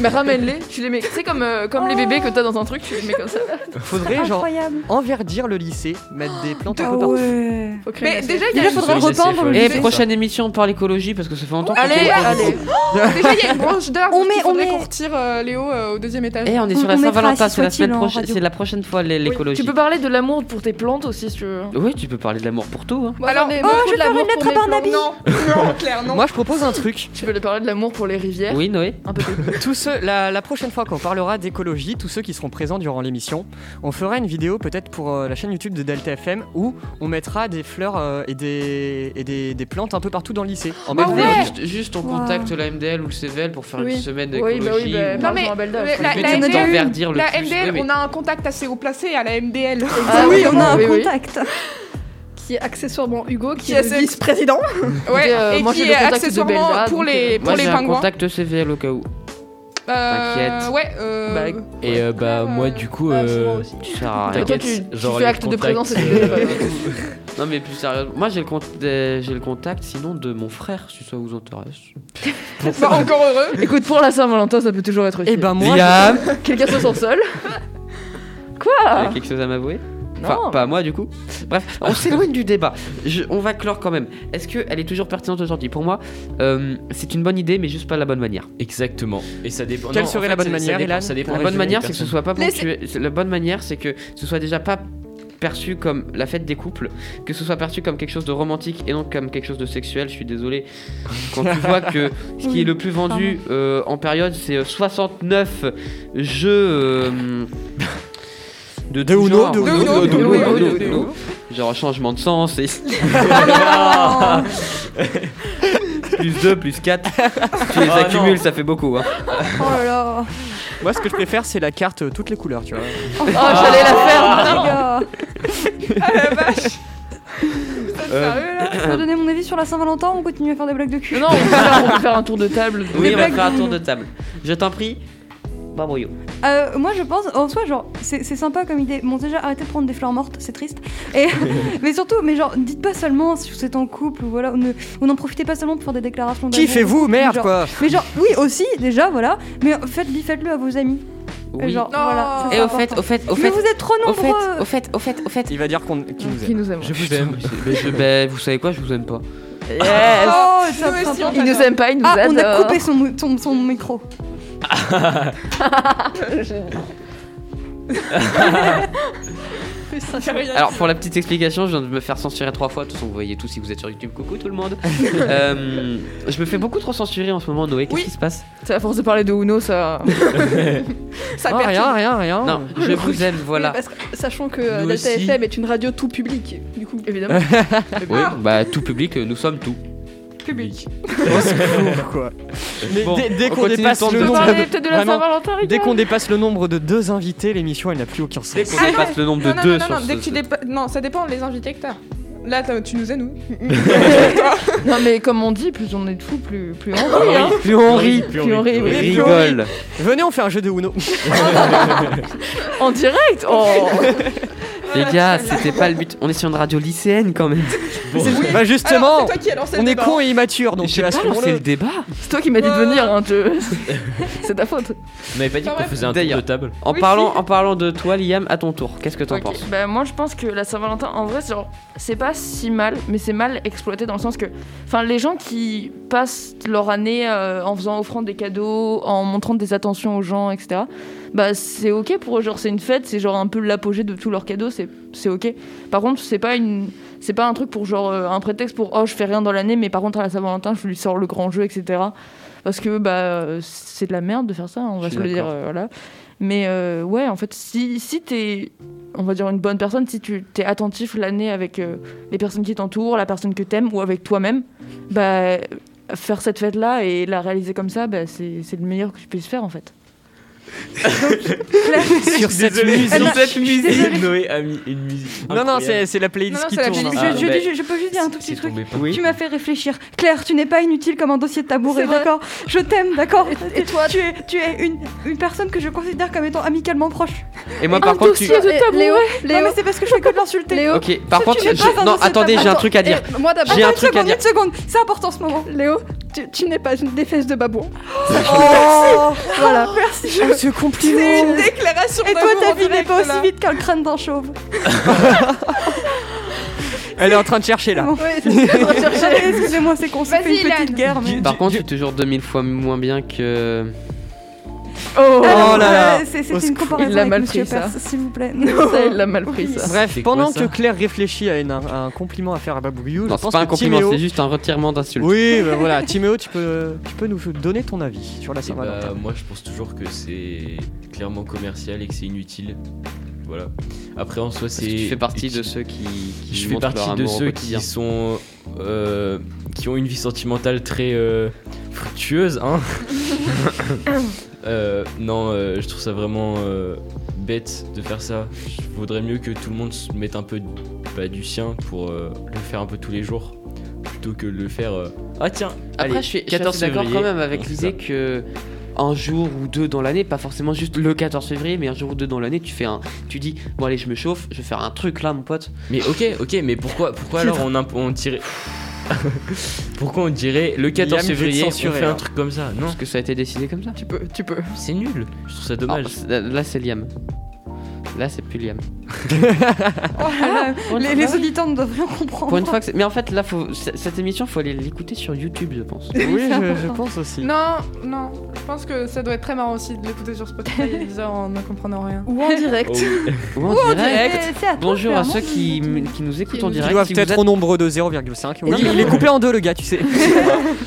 Mais ramène-les, tu les mets. C'est comme, euh, comme les bébés que t'as dans un truc, tu les mets comme ça.
Faudrait genre
Incroyable.
enverdir le lycée, mettre des plantes un
Ah
peu partout.
ouais.
Faut créer
mais
une
déjà il y a
Déjà,
une-
faudra
Sur les
repeindre le
acéphales.
Et
lycée.
prochaine émission, on parle écologie parce que ça fait longtemps. qu'on
Allez,
fait pas.
allez.
déjà il y a une branche d'arbre
On
qu'il
met- on
faudrait
met-
qu'on retire euh, Léo euh, au deuxième étage
Eh, on est sur
On-
la
on mettra
Saint-Valentin,
si
c'est la
soit-il
semaine
en
prochaine,
radio.
c'est la prochaine fois l'é- l'écologie.
Tu peux parler de l'amour pour tes plantes aussi si tu veux.
Oui, tu peux parler de l'amour pour tout. hein.
Moi,
Alors-
j'en ai
Oh,
beaucoup
je
de
vais faire
l'amour
une lettre
pour
à
mes plantes.
Barnaby.
non non Claire non
Moi, je propose un truc.
Tu peux lui parler de l'amour pour les rivières.
Oui, Noé.
Un peu plus.
Tous ceux, la, la prochaine fois qu'on parlera d'écologie, tous ceux qui seront présents durant l'émission, on fera une vidéo peut-être pour euh, la chaîne YouTube de Delta FM où on mettra des fleurs euh, et, des, et des, des plantes un peu partout dans le lycée. En mode
ouais.
décor.
juste, juste on
Wow.
contacte la MDL ou le CVL pour faire une
Oui.
semaine
Oui,
d'écologie.
bah oui,
ou-
bah,
Non, mais-
Marge Mandel,
mais
faut
la-
lui
la
mettre
MDL,
dans-
d'enverdir le
la
plus.
MDL
Oui, oui.
on a un contact assez haut placé à la MDL
Ah oui, on a un
oui, oui.
contact.
qui est accessoirement Hugo, qui,
Qui
est
est-
le vice-président.
Ouais,
euh,
et
moi,
qui
j'ai
est
le contact de
accessoirement
Belda,
pour
donc,
les,
euh,
pour
Moi
les
j'ai un
pingouins.
contact CVL au cas où. t'inquiète.
Ouais, euh,
Bah,
Et euh, bah, moi, du coup,
Ah, c'est moi
euh,
aussi.
Tu sers à rien.
Toi,
t'inquiète,
tu, tu
genre
fais
les
acte de
contacts,
présence et tu
euh,
dégages pas.
Non mais plus sérieusement, moi j'ai le, con- des- j'ai le contact sinon de mon frère si ça vous intéresse.
bah, encore heureux.
Écoute, pour la Saint-Valentin, ça peut toujours être
Eh
Et
utile.
ben moi,
Quelqu'un se sent seul
Vous
Quoi
avez quelque chose à m'avouer Enfin,
Non
pas à moi du coup. Bref, on s'éloigne du débat. Je- on va clore quand même. Est-ce qu'elle est toujours pertinente aujourd'hui Pour moi, euh, c'est une bonne idée, mais juste pas la bonne manière.
Exactement. Et ça dépend.
Quelle
non, en
serait la
fait,
bonne
ça- ça
manière,
dépend-
Ilan
Ça dépend.
La
des
bonne
personnes.
manière, c'est que ce soit pas
Laissez-
ponctué. La bonne manière, c'est que ce soit déjà pas perçu comme la fête des couples, que ce soit perçu comme quelque chose de romantique et non comme quelque chose de sexuel. Je suis désolé. Quand tu vois que ce qui
Oui,
est le plus vendu euh, en période, c'est euh, 69 jeux. euh, De,
De
tout
Uno,
genre.
de Uno,
de
de
Uno,
Uno,
de
de
Uno.
Uno. Genre changement de sens et
Oh
plus 2, plus 4. tu les
Oh
accumules,
non.
ça fait beaucoup. Hein.
Oh là là.
moi, ce que je préfère, c'est la carte euh, toutes les couleurs, tu vois.
Oh, j'allais la faire
Les gars,
Ah la vache. Vous êtes
Euh,
sérieux, là
je peux donner mon avis sur la Saint-Valentin on continue à faire des blagues de cul
Non, non, on peut faire- on peut faire un tour de table.
Oui, on va
blagues
faire un
de-
tour de table. Je t'en prie. Babouillou.
Euh, moi je pense en soi genre c'est c'est sympa comme idée. Bon déjà arrêtez de prendre des fleurs mortes, c'est triste. Et mais surtout mais genre dites pas seulement si vous êtes en couple ou voilà, ou ne- ou n'en profitez pas seulement pour faire des déclarations d'amour.
Kiffez-vous, merde,
Genre-
quoi.
Mais genre oui aussi déjà voilà, mais faites-le faites-le à vos amis. Euh,
Oui.
Genre
Non.
voilà. ça, c'est
Et au
important.
fait, au fait, au
mais
fait,
vous êtes trop
au fait,
nombreux. Oh,
au fait, au fait, au fait.
Il va dire qu'on- qu'il nous
Qui
aime.
nous aime.
Je vous aime.
Ben, vous savez quoi, je vous aime pas.
Yes
Oh,
Nous
ça me
aussi,
prend
on
pas.
Il nous aime pas, il nous
Ah,
adore.
on a coupé son, mou- son, son micro.
Alors, pour la petite explication, je viens de me faire censurer trois fois. De toute façon, vous voyez tout si vous êtes sur YouTube. Coucou tout le monde. Euh, je me fais beaucoup trop censurer en ce moment, Noé. Qu'est-ce
Oui.
qui se passe
C'est à force de parler de Uno, ça.
Ça
Ah,
perturbe.
rien, rien, rien.
Non, je vous aime, voilà.
Oui, parce que, sachant que euh,
Nous
Delta
aussi.
FM est une radio tout public, du coup.
Évidemment.
Oui, bah, tout public, euh, nous sommes tout.
Public.
Au secours, quoi. Mais
Bon,
dès, dès
on
qu'on
continue
dépasse
le tour
le
de
nombre
Parler
de...
peut-être de la
Vraiment,
Saint-Valentin, les
dès
gars.
qu'on dépasse le nombre de deux invités, l'émission, elle n'a plus aucun sens.
Dès qu'on dépasse le nombre de
non, non,
deux
non,
sur
non, dès
ce-
que tu dépa- non, ça dépend les invités que t'as. Là, t'as- tu nous aimes, nous.
Non, mais comme on dit, plus on est de fous, plus, plus on rit. hein.
Plus on rit.
Plus on rit, oui.
rigole.
Venez, on fait un jeu de Uno.
En direct Oh
Les gars, c'était pas le but. On est sur une radio lycéenne quand même.
Bah
Alors,
justement,
c'est toi qui as lancé le
on est
débat.
con et immature, donc
J'ai pas lancé
assumons-le.
le débat.
C'est toi qui m'as dit de venir, hein, je- c'est ta faute.
On n'avait pas dit
Quand
qu'on
même.
faisait un tour
D'ailleurs.
de table.
En parlant, en parlant de toi, Liam, à ton tour, qu'est-ce que t'en
Ok.
penses
Bah, moi je pense que la Saint-Valentin en vrai c'est genre- c'est pas si mal mais c'est mal exploité dans le sens que enfin les gens qui passent leur année euh, en faisant offrant des cadeaux en montrant des attentions aux gens etc bah c'est ok pour eux genre c'est une fête c'est genre un peu l'apogée de tous leurs cadeaux c'est c'est ok par contre c'est pas une c'est pas un truc pour genre euh, un prétexte pour oh je fais rien dans l'année mais par contre à la Saint-Valentin je lui sors le grand jeu etc parce que bah euh, c'est de la merde de faire ça on va
Je
se
suis
le dire
d'accord.
euh, voilà mais euh, ouais en fait si si t'es on va dire une bonne personne si tu t'es attentif l'année avec euh, les personnes qui t'entourent, la personne que t'aimes ou avec toi-même, bah faire cette fête là et la réaliser comme ça, bah, c'est c'est le meilleur que tu puisses faire en fait.
Sur cette musique.
Elle a-
cette
désolée.
musique, Noé a mis une musique.
Non, non,
incroyable.
c'est c'est la playlist
Non, non,
qui
c'est la
tourne.
playlist.
hein.
je, je
bah,
dis- je- je peux juste dire un tout petit
C'est
truc.
tombé par-
Oui.
Tu m'as fait réfléchir. Claire, tu n'es pas inutile comme un dossier de tabouret,
C'est vrai.
d'accord Je t'aime, d'accord
Et toi,
Oh, tu es, tu es une, une personne que je considère comme étant amicalement proche.
Et moi, par
Un
contre, tu...
dossier de
Lé-
tabouret.
Léo,
Non,
Léo,
mais c'est parce que je fais que de l'insulter.
Léo,
Ok, par
tu
contre,
fais
je-
pas un
non,
dossier de
attendez, j'ai un
tabouret.
truc à dire.
eh, moi d'abord.
J'ai un
Attends,
truc à dire.
une seconde, une seconde. C'est important ce moment.
Léo, tu, tu n'es pas une défaisse de babouin.
Oh, voilà. Merci.
J'aime ce compliment.
C'est une déclaration
Et toi,
d'amour
ta
en
vie n'est
direct,
pas aussi
là.
vite qu'un crâne d'un chauve.
Elle est en train de chercher là.
Bon. Excusez-moi, c'est qu'on s'est
Vas-y,
fait une petite
Ilan.
guerre. Mais...
Par contre, je suis toujours 2000 fois moins bien que...
Oh,
Oh là là.
euh, c'est-
Au
C'était une
secours.
comparaison
Il l'a
avec
mal
Monsieur
pris, ça.
Perse, s'il vous plaît.
ça il l'a mal pris ça.
Bref,
C'est
pendant
quoi, ça
que Claire réfléchit à, une- à un compliment à faire à Babouillou, je
Non, c'est
pense
pas un
que
compliment,
Timéo-
c'est juste un retirement d'insultes.
Oui, bah voilà, Timéo, tu peux, tu peux nous donner ton avis sur la
Eh
Saint-Valentin.
bah, moi je pense toujours que c'est clairement commercial et que c'est inutile. Voilà. Après en soi
Parce
c'est.
que tu fais partie
et-
de ceux qui, qui
Je fais
montrent leur
partie de
amour au
ceux
quotidien.
qui sont. euh, qui ont une vie sentimentale très euh, fructueuse, hein. Euh, non, euh, je trouve ça vraiment euh, bête de faire ça. Je voudrais mieux que tout le monde se mette un peu bah, du sien pour euh, le faire un peu tous les jours plutôt que de le faire. euh, ah tiens,
Après,
allez,
je suis, je suis
14
assez d'accord quand
février,
même
on
avec
fait
l'idée
ça.
que un jour ou deux dans l'année, pas forcément juste le 14 février, mais un jour ou deux dans l'année, tu fais un, tu dis bon allez je me chauffe, je vais faire un truc là mon pote.
Mais ok, ok, mais pourquoi, pourquoi alors on, imp- on dirait. pourquoi on dirait le
Liam,
14
je vais te
février on
censurer,
fait un
hein.
truc comme ça Non,
Parce que ça a été décidé comme ça.
Tu peux, tu peux.
c'est nul. Je trouve ça dommage.
Ah, c'est- là c'est Liam. Là c'est plus Liam.
Oh là, les, les auditeurs ne doivent rien comprendre.
Pour une fois que c'est- mais en fait là faut c- cette émission faut aller l'écouter sur YouTube je pense.
Oui, je, je pense aussi.
Non, non, je pense que ça doit être très marrant aussi de l'écouter sur Spotify et bizarre en ne comprenant rien.
Ou en direct.
Oh oui.
Ou en direct. Bonjour à ceux qui, m- qui nous écoutent en
Ils
Qui
direct.
doivent
si vous
être
êtes-
au nombre de 0,5.
Et
Il,
dis-
il est coupé en deux, le gars, tu sais.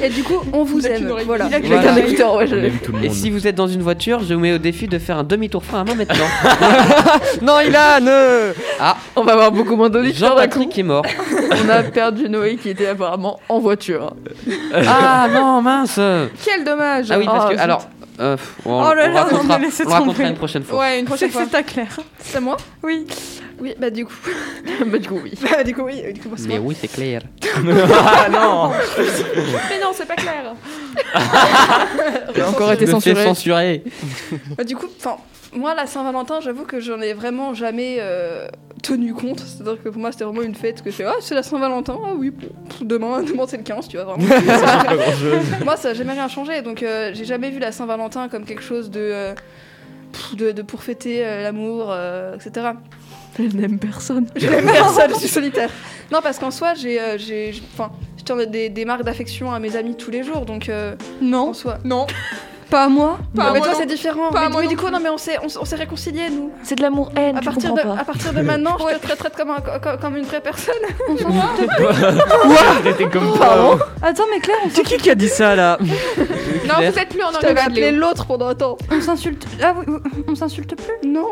Et du coup, on vous
Il a
aime.
qu'une oreille.
Voilà.
Il a que
Voilà.
Quelqu'un d'écouteur, ouais,
On
je-
aime tout le
Euh, Et
monde.
si vous êtes dans une voiture, je vous mets au défi de faire un demi-tour frein à main maintenant.
non, euh, il a ne.
On va avoir beaucoup moins d'auditeurs d'un coup.
Jean-Patrick est mort.
On a perdu Noé qui était apparemment en voiture.
Ah non, mince
Quel dommage
Ah oui, parce
Ah,
que
zut.
alors. euh, pff, on,
Oh là
on
là,
racontera,
non, mais laissez
on racontera
tomber.
une prochaine fois.
Ouais, une
C'est
prochaine fois.
c'est à clair.
C'est à moi
Oui.
Oui, bah du coup.
bah, du coup, oui.
Bah du coup, oui. euh, Du coup, bon, c'est
Mais
moi.
oui, c'est clair.
Ah non
Mais non, c'est pas clair.
On a encore été
Je me fais
censuré.
censurer.
Bah, du coup, enfin, moi, la Saint-Valentin, j'avoue que j'en ai vraiment jamais euh, tenu compte. C'est-à-dire que pour moi, c'était vraiment une fête que je fais. Ah, c'est la Saint-Valentin. Ah oui, bon, pff, demain, demain c'est le 15, tu vois vraiment.
Pas grand chose.
moi, ça n'a jamais rien changé. Donc, euh, j'ai jamais vu la Saint-Valentin comme quelque chose de euh, pff, de, de pour fêter euh, l'amour, euh, etc.
Je n'aime personne.
Je n'aime personne, je suis solitaire. Non, parce qu'en soi, j'ai, euh, j'ai, j'ai- enfin, je tends des, des marques d'affection à mes amis tous les jours, donc euh, en
Non.
soi.
Non,
Pas à moi.
pas
Non,
à
mais
moi
toi,
non
c'est différent.
Pas à
mais,
moi
mais
non
du coup, non, mais on s'est, on, s- on s'est réconciliés, nous.
Ah,
C'est de l'amour haine,
À
tu
partir,
comprends
de, à
pas.
partir de maintenant, je te traite comme, un- co- comme une vraie personne.
T'étais comme ça
Attends, mais Claire, on
C'est qui qui a dit ça là
Non, vous êtes plus en
Je t'avais
anglais.
appelé
Léo.
l'autre pendant un temps.
on s'insulte. Ah oui, oui, on s'insulte plus.
Non.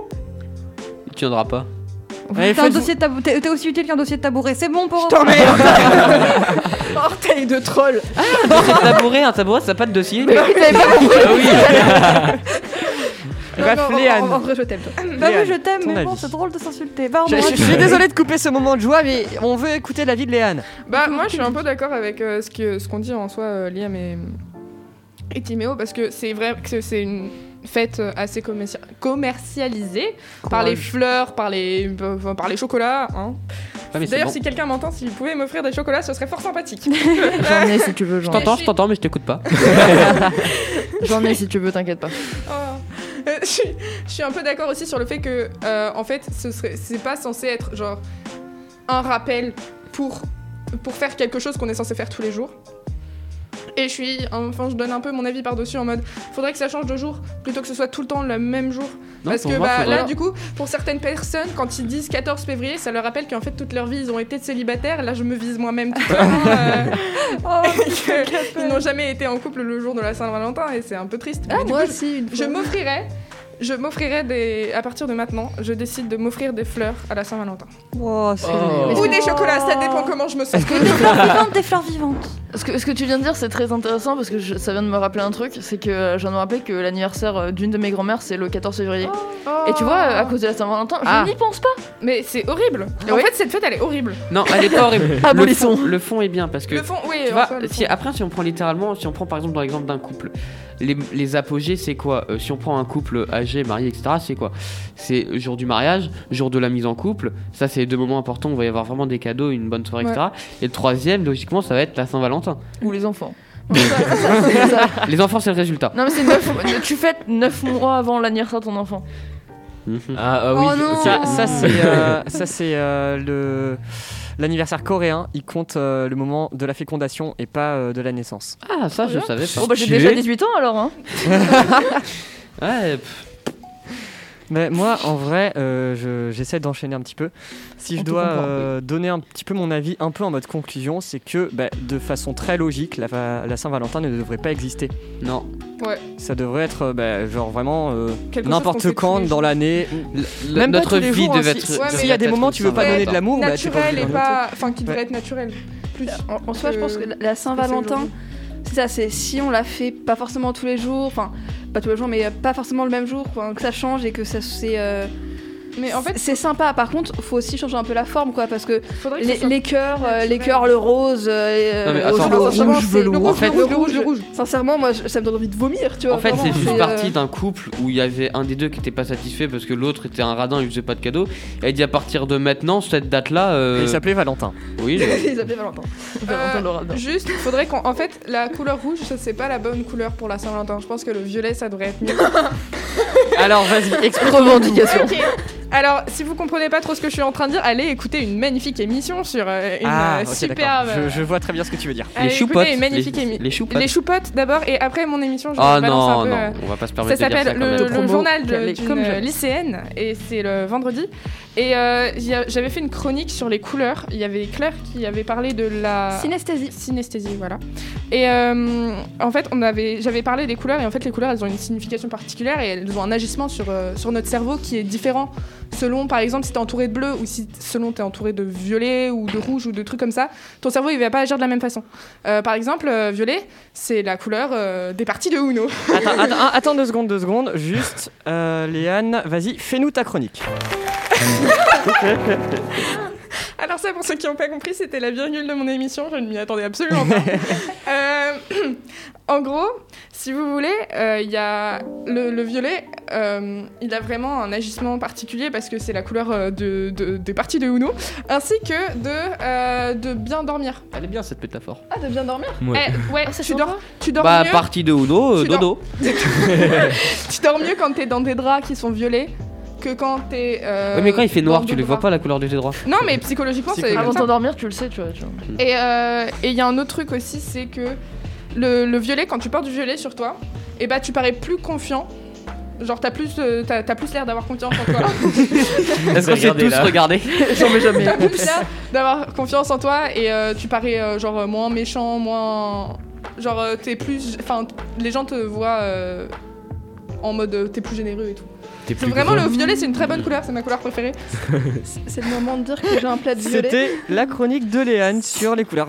Tu tiendras pas.
Allez,
T'as un
faites-vous-
dossier de tabou- T'es t'es aussi utile qu'un dossier de tabouret. C'est bon pour.
Orteil de troll.
C'est tabouret, un tabouret, ça n'a pas de dossier.
Mais oui,
Ah
t'avais pas compris.
Non,
Bref,
non, en-
Léane.
en- en vrai, je t'aime, toi.
Bah oui, je t'aime,
ton
mais bon,
avis.
c'est drôle de s'insulter. Va, on
Je,
va-
Oh je- je suis désolé de couper ce moment de joie, mais on veut écouter la vie de Léane.
Bah moi je suis un peu d'accord avec euh, ce que ce qu'on dit en soi euh, Liam et, et Timéo parce que c'est vrai que c'est une fête euh, assez commerci- commercialisée par les fleurs, par les euh, par les chocolats. hein.
Ouais, Ah, mais c'est
D'ailleurs
bon.
si quelqu'un m'entend, s'il pouvait m'offrir des chocolats, ce serait fort sympathique.
J'en ai si tu veux,
Je
j'en ai.
t'entends, je t'entends, mais je t'écoute pas.
J'en ai si tu veux, t'inquiète pas.
Oh. Euh, je, suis, je suis un peu d'accord aussi sur le fait que, euh, en fait, ce serait, c'est pas censé être genre un rappel pour pour faire quelque chose qu'on est censé faire tous les jours. Et je suis, enfin, je donne un peu mon avis par-dessus en mode, faudrait que ça change de jour plutôt que ce soit tout le temps le même jour.
Non,
Parce
pour
que
moi,
bah,
faudrait-
là, du coup, pour certaines personnes, quand ils disent 14 février, ça leur rappelle qu'en fait toute leur vie ils ont été célibataires. Là, je me vise moi-même tout le temps. euh,
Oh,
et que ils n'ont jamais été en couple le jour de la Saint-Valentin et c'est un peu triste. Mais
Ah,
du
moi
coup,
aussi, une
je
fois.
m'offrirais, je m'offrirais des. À partir de maintenant, je décide de m'offrir des fleurs à la Saint-Valentin.
Oh, c'est
Oh.
mignon.
Ou des chocolats, ça dépend comment je me sens.
Oh. des fleurs vivantes, des fleurs vivantes.
Ce que, ce que tu viens de dire, c'est très intéressant parce que je- ça vient de me rappeler un truc. C'est que euh, je viens de me rappeler que l'anniversaire euh, d'une de mes grand-mères, c'est le 14 février. Et tu vois, euh, à cause de la Saint-Valentin,
Ah.
je n'y pense pas.
Mais c'est horrible. En
Oui.
fait, cette fête, elle est horrible.
Non, elle est pas horrible. le,
Abolissons.
fond, le fond est bien parce que.
Le fond, oui.
Tu
en
vois,
soi, le fond.
si, après, si on prend littéralement, si on prend par exemple dans l'exemple d'un couple, les, les apogées, c'est quoi Euh, Si on prend un couple âgé, marié, etc., c'est quoi C'est jour du mariage, jour de la mise en couple, ça c'est les deux moments importants, où il va y avoir vraiment des cadeaux, une bonne soirée,
Ouais.
etc. Et le troisième, logiquement, ça va être la Saint-Valentin.
Ou les enfants.
les enfants, c'est le résultat.
Non, mais c'est neuf- tu fêtes 9 mois avant l'anniversaire de ton enfant.
Mhm.
Mm-hmm.
Ah, ah oui,
Oh non.
ok.
Ça, ça, c'est euh, ça, c'est, euh, le l'anniversaire coréen. Il compte euh, le moment de la fécondation et pas euh, de la naissance.
Ah, ça je savais pas.
Bon, bah j'ai
Stylé.
déjà 18 ans alors, hein.
Ouais, pff,
Mais moi, en vrai, euh, je- j'essaie d'enchaîner un petit peu. Si je
On te
dois
comprend,
euh, donner un petit peu mon avis, un peu en mode conclusion, c'est que bah, de façon très logique, la, va- la Saint-Valentin ne devrait pas exister.
non.
Ça devrait être euh, bah, genre vraiment euh,
Quelque chose qu'on
n'importe
fait
quand
tous les
dans
jours.
l'année.
Le- le-
Même pas
notre
tous les
vie
jours,
devait
hein,
être.
si-
ouais, mais
S'il y a des moments où tu veux pas donner de l'amour, bah, tu peux pas
Naturel et
donner
pas. Enfin, qui
Ouais.
devrait être naturel. Plus.
En, en soi, je pense que la- la Saint-Valentin,
aujourd'hui.
c'est ça, c'est si on la fait pas forcément tous les jours, enfin, pas tous les jours, mais euh, pas forcément le même jour, quoi, que ça change et que ça c'est. euh,
Mais en fait,
c'est sympa. Par contre, faut aussi changer un peu la forme, quoi, parce que
faudrait que
les,
ce soit-
les cœurs, euh, les
naturel.
cœurs, le rose, euh,
Non, mais
euh,
attends,
bleu,
le
sincèrement,
rouge,
c'est-
velours.
le
En
rouge,
fait,
le
le
rouge, le
rouge.
rouge. Sincèrement, moi, je- ça me donne envie de vomir, tu vois.
En
Bah,
fait,
vraiment,
c'est juste
euh,
parti d'un couple où il y avait un des deux qui était pas satisfait parce que l'autre était un radin, il lui faisait pas de cadeau. Et il dit à partir de maintenant, cette date-là. euh,
Il s'appelait Valentin.
Oui, le-
Ils appelaient Valentin.
Valentin
Euh,
Laura, non.
Juste, il faudrait qu'en en fait, la couleur rouge, ça, c'est pas la bonne couleur pour la Saint-Valentin. Je pense que le violet, ça devrait être mieux.
Alors vas-y, explique.
Revendication.
Ok. Alors, si vous comprenez pas trop ce que je suis en train de dire, allez écouter une magnifique émission sur euh, une
Ah,
euh,
ok,
superbe.
d'accord. Je, je vois très bien ce que tu veux dire.
les
Allez
choupottes.
écouter une magnifique
les,
émission.
les choupottes.
Les choupottes d'abord, et après mon émission, je
Ah
vous balance
non,
un peu.
non,
euh,
on va pas se
Ça
permettre de dire ça
s'appelle
quand
le,
même.
le journal
qu'elle
de-
est comme
d'une
jeunesse.
lycéenne et c'est le vendredi. Et euh, j'y a- j'avais fait une chronique sur les couleurs. Il y avait Claire qui avait parlé de la
Synesthésie.
synesthésie, voilà. Et euh, en fait, on avait, j'avais parlé des couleurs et en fait, les couleurs, elles ont une signification particulière et elles ont un agissement sur, euh, sur notre cerveau qui est différent selon, par exemple, si t'es entouré de bleu ou si selon t'es entouré de violet ou de rouge ou de trucs comme ça, ton cerveau il va pas agir de la même façon. Euh, par exemple, euh, violet, c'est la couleur euh, des parties de Uno.
Attends, attends, attends deux secondes, deux secondes. Juste, euh, Léane, vas-y, fais-nous ta chronique.
Alors ça, pour ceux qui n'ont pas compris, c'était la virgule de mon émission, je ne m'y attendais absolument pas. Euh, en gros, si vous voulez, euh, il y a le, le violet, euh, il a vraiment un agissement particulier parce que c'est la couleur euh, de, de- des parties de Uno, ainsi que de, euh, de bien dormir.
Elle est bien cette métaphore.
Ah, de bien dormir.
Ouais.
Eh, ouais, tu, dors, tu dors
Bah,
mieux,
partie de Uno, euh,
Tu dors.
dodo.
tu dors mieux quand t'es dans des draps qui sont violets que quand t'es... euh,
Ouais, mais quand il fait noir,
dans
tu
des
les vois
draps.
pas la couleur de tes droits.
Non, mais psychologiquement, c'est...
Psychologiquement.
comme
Avant
ça.
d'endormir, tu le sais, tu vois. tu vois.
Et euh, et il y a un autre truc aussi, c'est que le, le violet, quand tu portes du violet sur toi, et bah tu parais plus confiant. Genre t'as plus, euh, t'as, t'as plus l'air d'avoir confiance en toi.
Est-ce qu'on s'est
Regardez,
tous
là.
regardé
J'en mets jamais.
t'as plus l'air d'avoir confiance en toi et euh, tu parais euh, genre euh, moins méchant, moins genre euh, t'es plus, enfin t- les gens te voient euh, en mode euh, t'es plus généreux et tout.
T'es
C'est
plus
vraiment
grand.
le violet, c'est une très bonne couleur, c'est ma couleur préférée.
C'est le moment de dire que j'ai un plat de violet.
C'était la chronique de Léane sur les couleurs.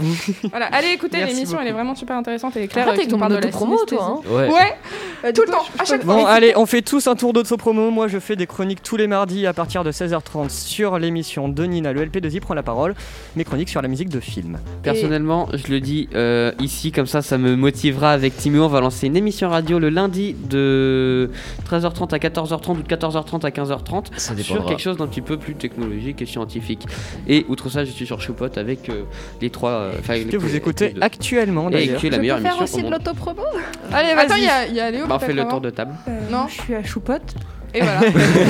Voilà, allez écoutez
Merci
l'émission,
beaucoup.
elle est vraiment super intéressante et
Claire,
claire. euh,
t'es ton
parle
de promo, toi. hein.
Ouais.
Ouais,
Bah,
tout
du
le
coup,
temps,
je- je
à chaque fois.
Bon, allez, on fait tous un tour d'autopromo. Moi, je fais des chroniques tous les mardis à partir de 16h30 sur l'émission de Nina. Le LP2i prend la parole. Mes chroniques sur la musique de film.
Personnellement, je le dis euh, ici, comme ça, ça me motivera avec Timéo. On va lancer une émission radio le lundi de 13h30 à 14h30 ou de 14h30 à 15h30 sur
Ça dépendra.
quelque chose d'un petit peu plus technologique et scientifique. Et outre ça, je suis sur Choupot avec euh, les trois. euh, enfin, les-
Que vous
les-
écoutez
les deux.
actuellement,
et
d'ailleurs.
qui est la
peux
meilleure
faire
émission
aussi
au
de
monde.
l'autopromo
Allez,
vas-y.
Attends, il y a, il y a Léo.
Bah, on
peut-être
fait le
avant.
tour de table.
Non.
Non, je suis à Choupote.
Et voilà.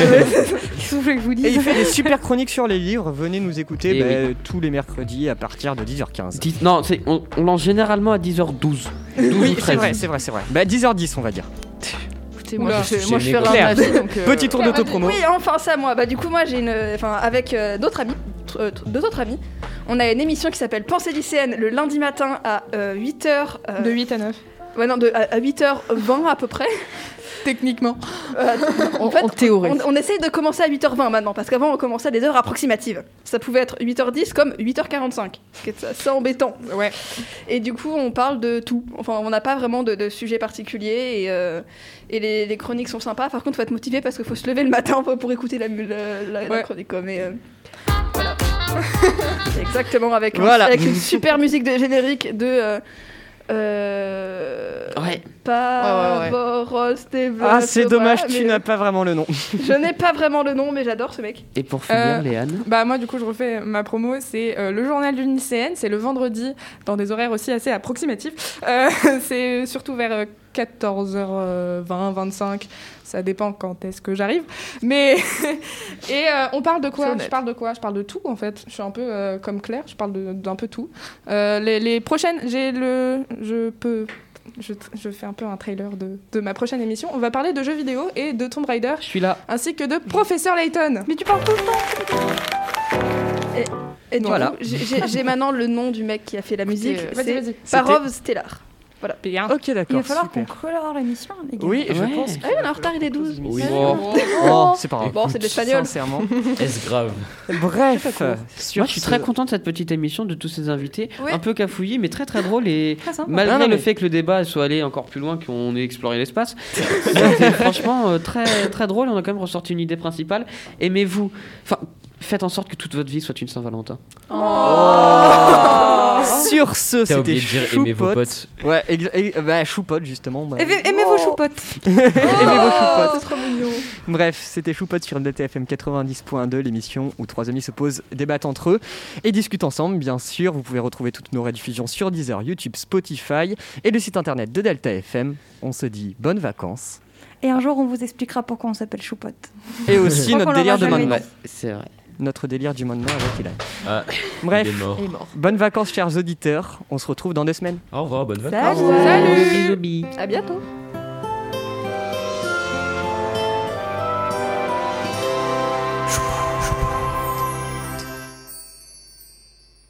Qu'est-ce que vous voulez que je vous
Et il
dise
fait des super chroniques sur les livres. Venez nous écouter
Et
bah,
oui.
euh, tous les mercredis à partir de 10h15.
Dites- non, c'est- on, on lance généralement à 10h12. 12 ou
Oui, c'est
13.
vrai, c'est vrai, c'est vrai. Bah, 10h10, on va dire.
Écoutez, moi,
Oula,
je
j'ai
fais- moi, je fais
aimé
rien de ma
Claire.
vie, donc. euh,
Petit tour d'autopromo.
Oui, enfin ça moi. Bah du coup moi j'ai une, enfin avec euh, d'autres amis, tr- euh, tr- deux autres amis, on a une émission qui s'appelle Pensée lycéenne le lundi matin à euh, 8h.
De 8 à 9.
Ouais non de à 8h20 à peu près.
Techniquement.
Euh,
En,
fait,
en théorie.
on, on essaye de commencer à 8h20 maintenant parce qu'avant on commençait à des heures approximatives. Ça pouvait être 8h10 comme 8h45. Ce qui est assez embêtant.
Ouais.
Et du coup, on parle de tout. Enfin, on n'a pas vraiment de, de sujet particulier et, euh, et les, les chroniques sont sympas. Par contre, faut être motivé parce qu'il faut se lever le matin pour, pour écouter la, mu- la, la- la
Ouais.
chronique. quoi. Mais, euh, voilà. Exactement, avec, un-
Voilà.
avec une super musique de générique de. euh, euh,
Ouais.
Ouais, ouais, ouais.
Pavarotti,
Ah, c'est
voilà,
dommage, tu
mais
n'as pas vraiment le nom.
Je n'ai pas vraiment le nom, mais j'adore ce mec.
Et pour finir,
Euh,
Léane.
Bah moi du coup je refais ma promo, c'est euh, le journal d'une lycéenne, c'est le vendredi dans des horaires aussi assez approximatifs. Euh, c'est surtout vers euh, 14h20, 25, ça dépend quand est-ce que j'arrive. Mais et euh, on parle de
C'est
quoi
honnête.
Je parle de quoi Je parle de tout en fait. Je suis un peu euh, comme Claire, je parle de- d'un peu tout. Euh, les, les prochaines, j'ai le, je peux. Je, je fais un peu un trailer de, de ma prochaine émission. On va parler de jeux vidéo et de Tomb Raider,
Je suis là.
ainsi que de Professeur Layton.
Mais tu parles tout le temps Et, et du
Voilà.
coup, j'ai- j'ai j'ai maintenant le nom du mec qui a fait la musique.
euh,
C'est
Vas-y, vas-y.
Parov Stellar. Voilà.
Bien.
Ok,
Il va
d'accord.
falloir qu'on
super.
colore l'émission, les gars.
Oui, je
Ouais.
pense.
Ah oui, on est en retard, il est 12.
Oui.
Bon,
Oh, c'est pas grave.
Bon, c'est de l'espagnol.
Sincèrement.
est-ce grave
Bref, sur
Moi, je suis
ce-
très content de cette petite émission, de tous ces invités,
Ouais.
un peu cafouillis, mais très très drôle et
Très sympa.
malgré
Non, non,
le
mais-
fait que le débat soit allé encore plus loin, qu'on ait exploré l'espace, c'était franchement euh, très très drôle. On a quand même ressorti une idée principale. Aimez-vous, enfin, faites en sorte que toute votre vie soit une Saint-Valentin.
Oh. Sur ce,
T'as
c'était
oublié de dire aimer vos
Choupotte.
potes.
Ouais, exa- et- bah, choupote justement. bah.
Aimez, aimez vos choupottes.
Aimez vos choupottes.
Oh, C'est trop mignon.
Bref, c'était Choupote sur DTFM 90.2, l'émission où trois amis se posent, débattent entre eux et discutent ensemble, bien sûr. Vous pouvez retrouver toutes nos rediffusions sur Deezer, YouTube, Spotify et le site internet de Delta FM. On se dit bonnes vacances
Et un jour, on vous expliquera pourquoi on s'appelle choupotte.
et aussi
crois qu'on
notre
l'aura
délire de
jamais
maintenant.
dit.
C'est vrai.
Notre délire du maintenant avec Ilan.
Ah,
Bref,
il est mort.
Il est mort.
bonnes vacances, chers auditeurs. On se retrouve dans deux semaines.
Au revoir, bonne vacances.
Salut.
Salut.
Bisous, bisous.
À bientôt.
Bisous.